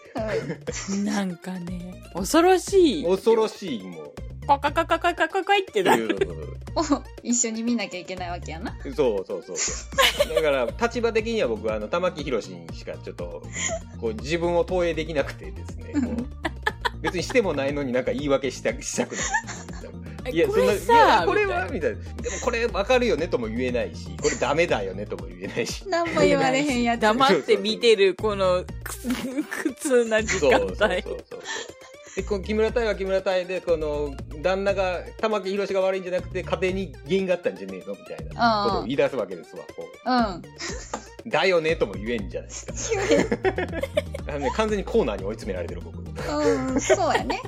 Speaker 1: なんかね、恐ろしい。
Speaker 3: 恐ろしいもう
Speaker 1: カカカカカカカカイって
Speaker 3: って
Speaker 1: な
Speaker 3: いう
Speaker 1: る。
Speaker 2: を一緒に見なきゃいけないわけやな。
Speaker 3: そうそうそうそう。だから、立場的には僕は、あの、玉木宏にしかちょっと、こう、自分を投影できなくてで
Speaker 1: [laughs]
Speaker 3: すね、こう別にしてもないのになんか言い訳したしたくない。
Speaker 1: これ
Speaker 3: いや
Speaker 1: さ、
Speaker 3: これ
Speaker 1: みたい
Speaker 3: は、
Speaker 1: な
Speaker 3: みたいな。でも、これわかるよねとも言えないし、これダメだよねとも言えないし。
Speaker 2: 何も言われへんやつ。
Speaker 1: 黙って見てる、この、くす苦痛な時
Speaker 3: そう
Speaker 1: 間
Speaker 3: そうそう
Speaker 1: 帯。
Speaker 3: そう。でこう木村太は木村太でこの旦那が玉木宏が悪いんじゃなくて家庭に原因があったんじゃねえのみたいなことを言い出すわけですわ。こう
Speaker 2: うん。
Speaker 3: だよねとも言えんじゃないですか。あのね、完全にコーナーに追い詰められてる僕。
Speaker 2: うん、そうやね。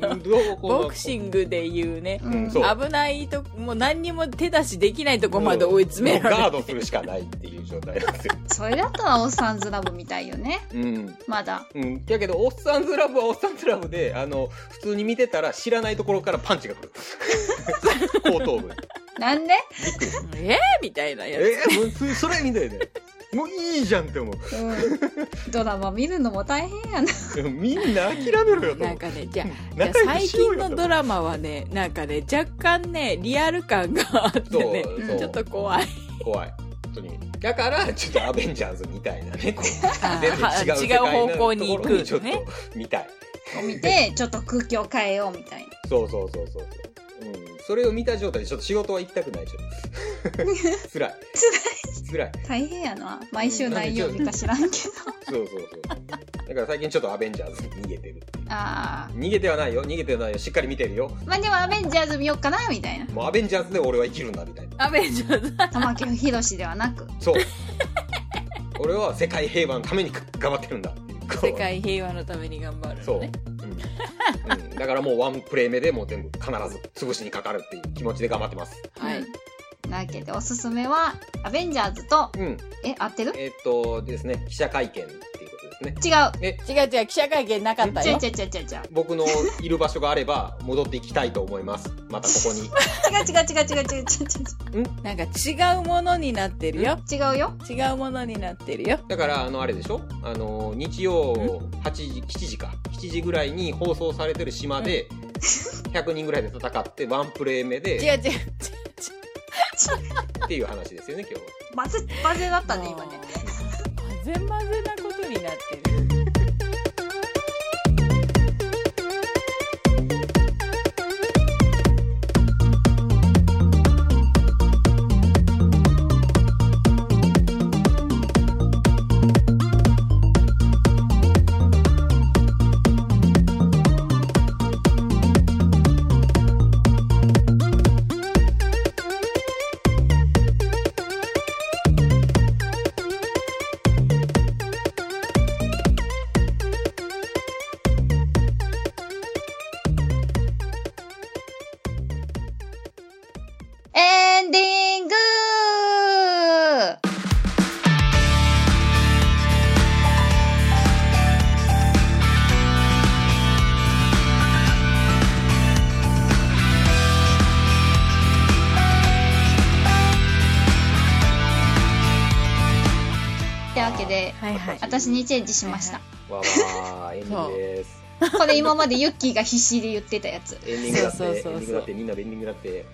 Speaker 3: うん、どうこう
Speaker 1: ボクシングで言うね、
Speaker 2: う
Speaker 3: うん
Speaker 2: ん。
Speaker 3: そう
Speaker 1: 危ないとこ、もう何にも手出しできないとこまで追い詰められる。
Speaker 3: ガードするしかないっていう状態なんですよ。
Speaker 2: それだったらおっさんずラブみたいよね。
Speaker 3: うん。
Speaker 2: まだ。
Speaker 3: うん。だけど、おっさんずラブはおっさんずラブで、あの、普通に見てたら知らないところからパンチが
Speaker 1: [laughs]
Speaker 3: 来る。後頭部に。
Speaker 2: なんで
Speaker 3: びっくり。
Speaker 1: えー、みたいなやつ。
Speaker 3: えー、もうそれそれみたいな。もういいじゃんって思う。
Speaker 2: うん。ドラマ見るのも大変やな。、
Speaker 3: うんみんな諦めろよと
Speaker 1: な
Speaker 3: 思
Speaker 1: ん
Speaker 3: う。
Speaker 1: かね、じゃあ、じゃあ
Speaker 3: 仲良く
Speaker 1: 最
Speaker 3: しよう
Speaker 1: 近
Speaker 3: よ
Speaker 1: のドラマはね、なんかね、若干ね、リアル感があってね
Speaker 3: そう
Speaker 1: ちょっと怖い。
Speaker 3: 怖い。本当に。だから、ちょっとアベンジャーズみたいなね、こう
Speaker 1: あ
Speaker 3: 全然違う
Speaker 1: ー
Speaker 3: 世
Speaker 1: 違う
Speaker 3: 界
Speaker 1: 方
Speaker 3: のとこ
Speaker 1: 向
Speaker 3: ろ
Speaker 1: に行
Speaker 3: にちょ
Speaker 1: く
Speaker 3: っ
Speaker 1: のね。
Speaker 3: と見たい。
Speaker 2: 見て、ちょっと空気を変えようみたいな。
Speaker 3: そうそうそうそうそう。うん。それを見た状態でちょっと仕事は行きたくないじゃん。 [laughs] 辛い。辛い。辛い。
Speaker 2: 大変やな。毎週何曜日か知らんけど。
Speaker 3: そうそうそう。だから最近ちょっとアベンジャーズに逃げてる。
Speaker 2: あ
Speaker 3: 逃げてはないよ。逃げてはないよ。しっかり見てるよ。
Speaker 2: あ。まあでもアベンジャーズ見よっかな、みたいな。
Speaker 3: もうアベンジャーズで俺は生きるんだみたいな。
Speaker 1: アベンジャーズ。
Speaker 2: 玉木宏ではなく。。
Speaker 1: [laughs]
Speaker 3: そう。俺は世界平和のために頑張ってるんだっていう。こう
Speaker 1: 世界平和のために頑張る
Speaker 3: そう。
Speaker 1: の
Speaker 3: うん
Speaker 1: ね。
Speaker 3: うん、だからもうワンプレイ目でもう全部必ず潰しにかかるっていう気持ちで頑張ってます。
Speaker 1: はいう
Speaker 2: ん。なわけで、おすすめは、アベンジャーズと、
Speaker 3: うん。
Speaker 2: え、合ってる
Speaker 3: えーっとですね、記者会見っていうことですね。
Speaker 2: 違う。
Speaker 1: 違う違う、記者会見なかった
Speaker 2: 違う
Speaker 1: よ。
Speaker 2: 違う違う違う違う。
Speaker 3: 僕のいる場所があれば戻っていきたいと思います。またここに。
Speaker 2: 違う違う違う違う違う違う
Speaker 1: なんか違うものになってるよ。
Speaker 2: 違う違うよ。
Speaker 1: 違うものになってるよ。
Speaker 3: だからあのあれでしょ？あの日曜8時7時か7時ぐらいに放送されてる島で100人ぐらいで戦ってワンプレー目
Speaker 1: 違う
Speaker 3: で
Speaker 1: 違う違う。
Speaker 3: っていう話ですよね今日は。
Speaker 2: バズバズだったね今ね。
Speaker 1: 混ぜ混ぜなことになってる。
Speaker 2: エンディングってわけで
Speaker 1: はいはい。
Speaker 2: 私にチェンジしました。
Speaker 3: わわーエンディングです。
Speaker 2: これ今までユッキーが必死で言ってたやつ。
Speaker 3: エンディングだって
Speaker 1: そうそうそうそう
Speaker 3: エンディングだってみんなエンディン
Speaker 2: [laughs]
Speaker 3: グだって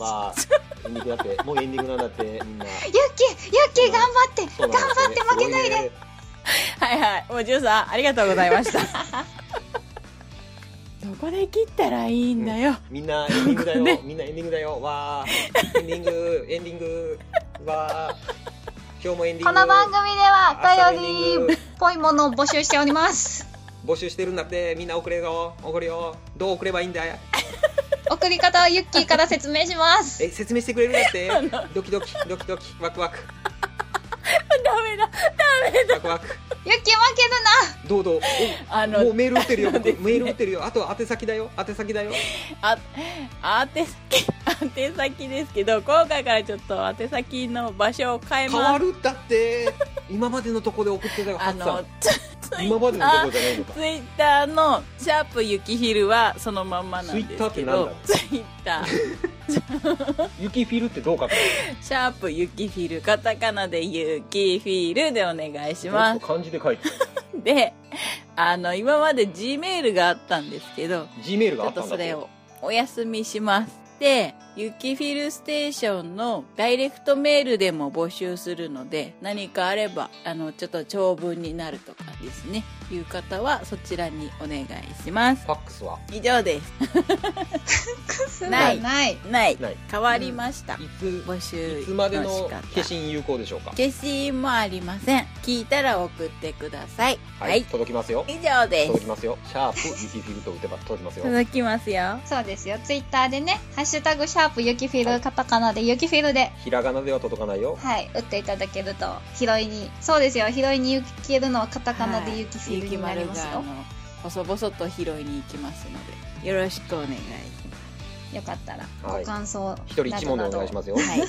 Speaker 3: わーわーエンディングだってもうエンディングなんだってみんな。
Speaker 2: ユッキーユッキー頑張って
Speaker 3: そ
Speaker 2: [laughs]
Speaker 3: う
Speaker 2: 頑
Speaker 3: なんです
Speaker 2: 張って負
Speaker 3: ね
Speaker 2: けないで。
Speaker 1: はいはい。もうジュンさん、ありがとうございました。 [laughs] どこで切ったらいいんだよ。
Speaker 2: [laughs]
Speaker 3: みんなエンディングだよ、
Speaker 1: ね
Speaker 3: みんなエンディングだよわーエンディングエンディングわあ。今日もエンディ
Speaker 2: こ
Speaker 3: ング。
Speaker 2: の番組では
Speaker 3: 朝
Speaker 2: お
Speaker 3: エンディ
Speaker 2: 便
Speaker 3: ング
Speaker 2: りっぽいものを募集しております
Speaker 3: 募集してるんだって、みんな送れよ、送るよ。どう送ればいいんだい。
Speaker 2: 送り方はユッキーから説明します
Speaker 3: え、説明してくれるんだ
Speaker 2: [laughs]
Speaker 3: って。ドキドキ、ドキドキ、ワクワク、
Speaker 1: ダメだ。
Speaker 3: ワクワク。
Speaker 2: ユッキー負けるな
Speaker 3: どう
Speaker 2: [laughs]
Speaker 3: どう。
Speaker 1: あ
Speaker 3: おもう
Speaker 1: の、
Speaker 3: メール打ってるよ、
Speaker 1: そう
Speaker 3: 僕
Speaker 1: ですね
Speaker 3: メール打ってるよ。あとは宛先だよ、宛先だよ。
Speaker 1: あ、宛先、宛先ですけど、今回からちょっと宛先の場所を変え
Speaker 3: 変わ
Speaker 1: ます。
Speaker 3: るだって。今までのとこで送ってたよ、ハ
Speaker 1: あ
Speaker 3: ッさ
Speaker 1: の
Speaker 3: ん。、
Speaker 1: [laughs] ツツイ
Speaker 3: 今まで
Speaker 1: ッ
Speaker 3: のと
Speaker 1: タ
Speaker 3: こ
Speaker 1: ー、
Speaker 3: じゃないのか。
Speaker 1: ツイッターの、シャープ雪昼はそのまんまなんですけど、ツイッター、
Speaker 3: 雪フィルってどう書く
Speaker 1: シャープ雪フィル、カタカナで雪フィルでお願いします [laughs]
Speaker 3: の。漢字で書いて
Speaker 1: で、あの、今まで G メールがあったんですけど、
Speaker 3: G メール
Speaker 1: ち
Speaker 3: があ
Speaker 1: ょ
Speaker 3: っ
Speaker 1: ったと
Speaker 3: ん
Speaker 1: そ
Speaker 3: だって
Speaker 1: れをお休みします。で、ゆきフィルステーションのダイレクトメールでも募集するので、何かあれば、あの、ちょっと長文になるとかですね、いう方はそちらにお願いします。
Speaker 3: ファックスは
Speaker 1: 以上です。
Speaker 2: くす
Speaker 1: な
Speaker 2: ないいない
Speaker 1: ない。
Speaker 3: ない
Speaker 1: 変わりました。
Speaker 3: いつ
Speaker 1: 募集の
Speaker 3: いつ
Speaker 1: 仕
Speaker 3: まで
Speaker 1: 方。
Speaker 3: の化身有効でしょうか
Speaker 1: 消しもありません。聞いたら送ってください。
Speaker 3: は、
Speaker 1: はいい。
Speaker 3: 届きますよ
Speaker 1: 以上で
Speaker 3: 届
Speaker 1: す
Speaker 3: き。ますよシャープ雪フィルと打てば届きますよ
Speaker 1: 届きますよ。
Speaker 2: そうですよツイッターでね「ハッシュタグシャープゆきフィル」カタカナでゆきフィルで
Speaker 3: ひらがなでは届かないよ
Speaker 2: はい打っていただけると拾いにそうですよ拾いに行けるのはカタカナでゆきフィルになりますよ、
Speaker 1: はいゆきまるがあの細々と拾いに行きますのでよろしくお願いし
Speaker 2: よかったら
Speaker 3: はい
Speaker 2: ご感想
Speaker 3: 一人
Speaker 2: な
Speaker 3: 一
Speaker 2: ど
Speaker 3: 問で
Speaker 2: な
Speaker 3: お
Speaker 2: ど
Speaker 3: 願いしますよ
Speaker 1: ます。はい。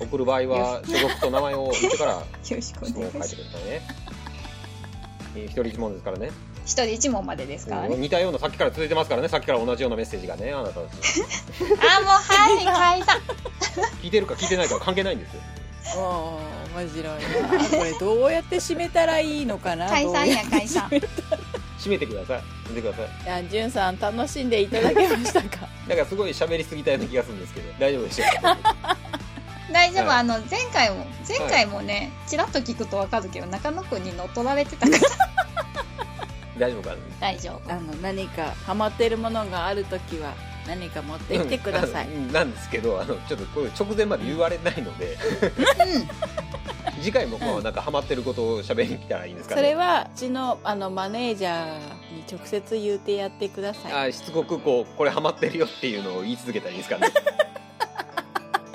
Speaker 3: 送る場合は所属と名前を言ってから
Speaker 2: よろしくお
Speaker 3: 質問
Speaker 2: 願
Speaker 3: を
Speaker 2: いし
Speaker 3: 書い
Speaker 2: ま
Speaker 3: て
Speaker 2: す
Speaker 3: くださいねえー一人一問ですからね
Speaker 2: 一人一問までですから
Speaker 3: うん
Speaker 2: ね
Speaker 3: 似たようなさっきから続いてますからねさっきから同じようなメッセージがねあなたたち
Speaker 2: あもうはい書いた
Speaker 3: 聞いてるか聞いてないかは関係ないんですよ
Speaker 1: おお面白いな。これどうやって締めたらいいのかな。
Speaker 2: 解散や解
Speaker 3: [laughs]
Speaker 2: 散
Speaker 3: 締めてください締めてください
Speaker 1: どうや。あじゅんさん楽しんでいただけましたか。
Speaker 3: なんかすごい喋りすぎたような気がするんですけど大丈夫でしょう [laughs] か
Speaker 2: 大丈夫、
Speaker 3: はい
Speaker 2: あの前回も前回もね、ちらっと聞くとわかるけど中野くんに乗っ取られてたから
Speaker 3: [laughs] 大丈夫かな
Speaker 2: 大丈
Speaker 1: あの何かハマってるものがあるときは何か持ってきてください。
Speaker 3: うんあのなんですけどあのちょっとこれ直前まで言われないので [laughs]
Speaker 2: 夫うん
Speaker 3: 次回もまあなんかハマってることを喋りに来たらいいんですか
Speaker 1: そ
Speaker 3: ね
Speaker 1: れはうちのあのマネージャーに直接言うてやってくださ
Speaker 3: あしつこくこうこれハマってるよっていうのを言い続けたらいいんですかね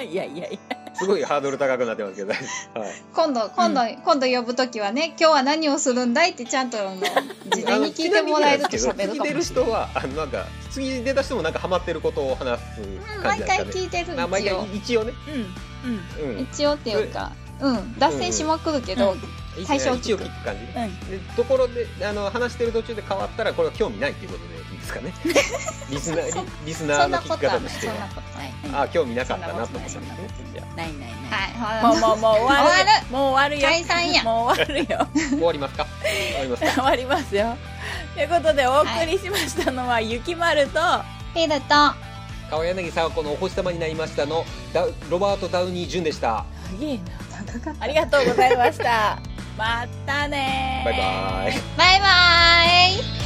Speaker 1: い。いやいやいや。
Speaker 3: すごいハードル高くなってますけど大丈夫はい
Speaker 2: 今度今度、
Speaker 1: う
Speaker 2: 今度呼ぶ時はね今日は何をするんだいってちゃんと
Speaker 3: [laughs]
Speaker 2: あの事前に聞いてもらえると
Speaker 3: あのちな
Speaker 2: 喋
Speaker 3: み
Speaker 2: る
Speaker 3: に
Speaker 2: か
Speaker 3: なんですけ
Speaker 2: もしれな
Speaker 3: ど聞いてる
Speaker 2: い、
Speaker 3: 人はあのなんか次出た人もなんかハマってることを話す
Speaker 2: うん、
Speaker 3: 感
Speaker 2: 毎
Speaker 3: じな
Speaker 2: 回
Speaker 3: んですかね、
Speaker 2: 聞いてる
Speaker 3: まあ毎
Speaker 2: 一応
Speaker 3: 回一応ね、
Speaker 1: うんうん
Speaker 3: うん、いい
Speaker 2: 一応っていうかうん脱線しまくるけど、
Speaker 3: ですね
Speaker 2: 最初は聞く
Speaker 3: 一応聞く感じね
Speaker 1: うん。
Speaker 3: でところであの話してる途中で変わったらこれは興味ないっていうことでいいで
Speaker 2: [laughs]
Speaker 3: すかねリスナーリリスナ
Speaker 2: そ
Speaker 3: ー
Speaker 2: ん
Speaker 3: の
Speaker 2: な
Speaker 3: 聞
Speaker 2: こ
Speaker 3: き
Speaker 2: とはそ
Speaker 3: 方
Speaker 2: ん
Speaker 3: と
Speaker 2: な
Speaker 3: しては
Speaker 2: こと
Speaker 1: は
Speaker 2: ないい。
Speaker 3: あ興味なかったなと思って
Speaker 2: そんなこと
Speaker 1: な
Speaker 2: ない
Speaker 1: いないない。
Speaker 2: はい
Speaker 1: もうも
Speaker 2: ほら [laughs]
Speaker 1: うもう終わる
Speaker 2: 終わ
Speaker 1: もう終わるよ
Speaker 2: 解散や
Speaker 1: もう終わるよ [laughs]
Speaker 3: 終わりますか終わりますか
Speaker 1: 終わりますよということでお送りしましたのは、ゆきまると
Speaker 2: フィルと
Speaker 3: 川柳さんこのお星様になりましたのダウロバート・ダウニー・ジュンでした
Speaker 1: ありがとうございましたまたねー
Speaker 3: バイバイ
Speaker 2: バイバーイ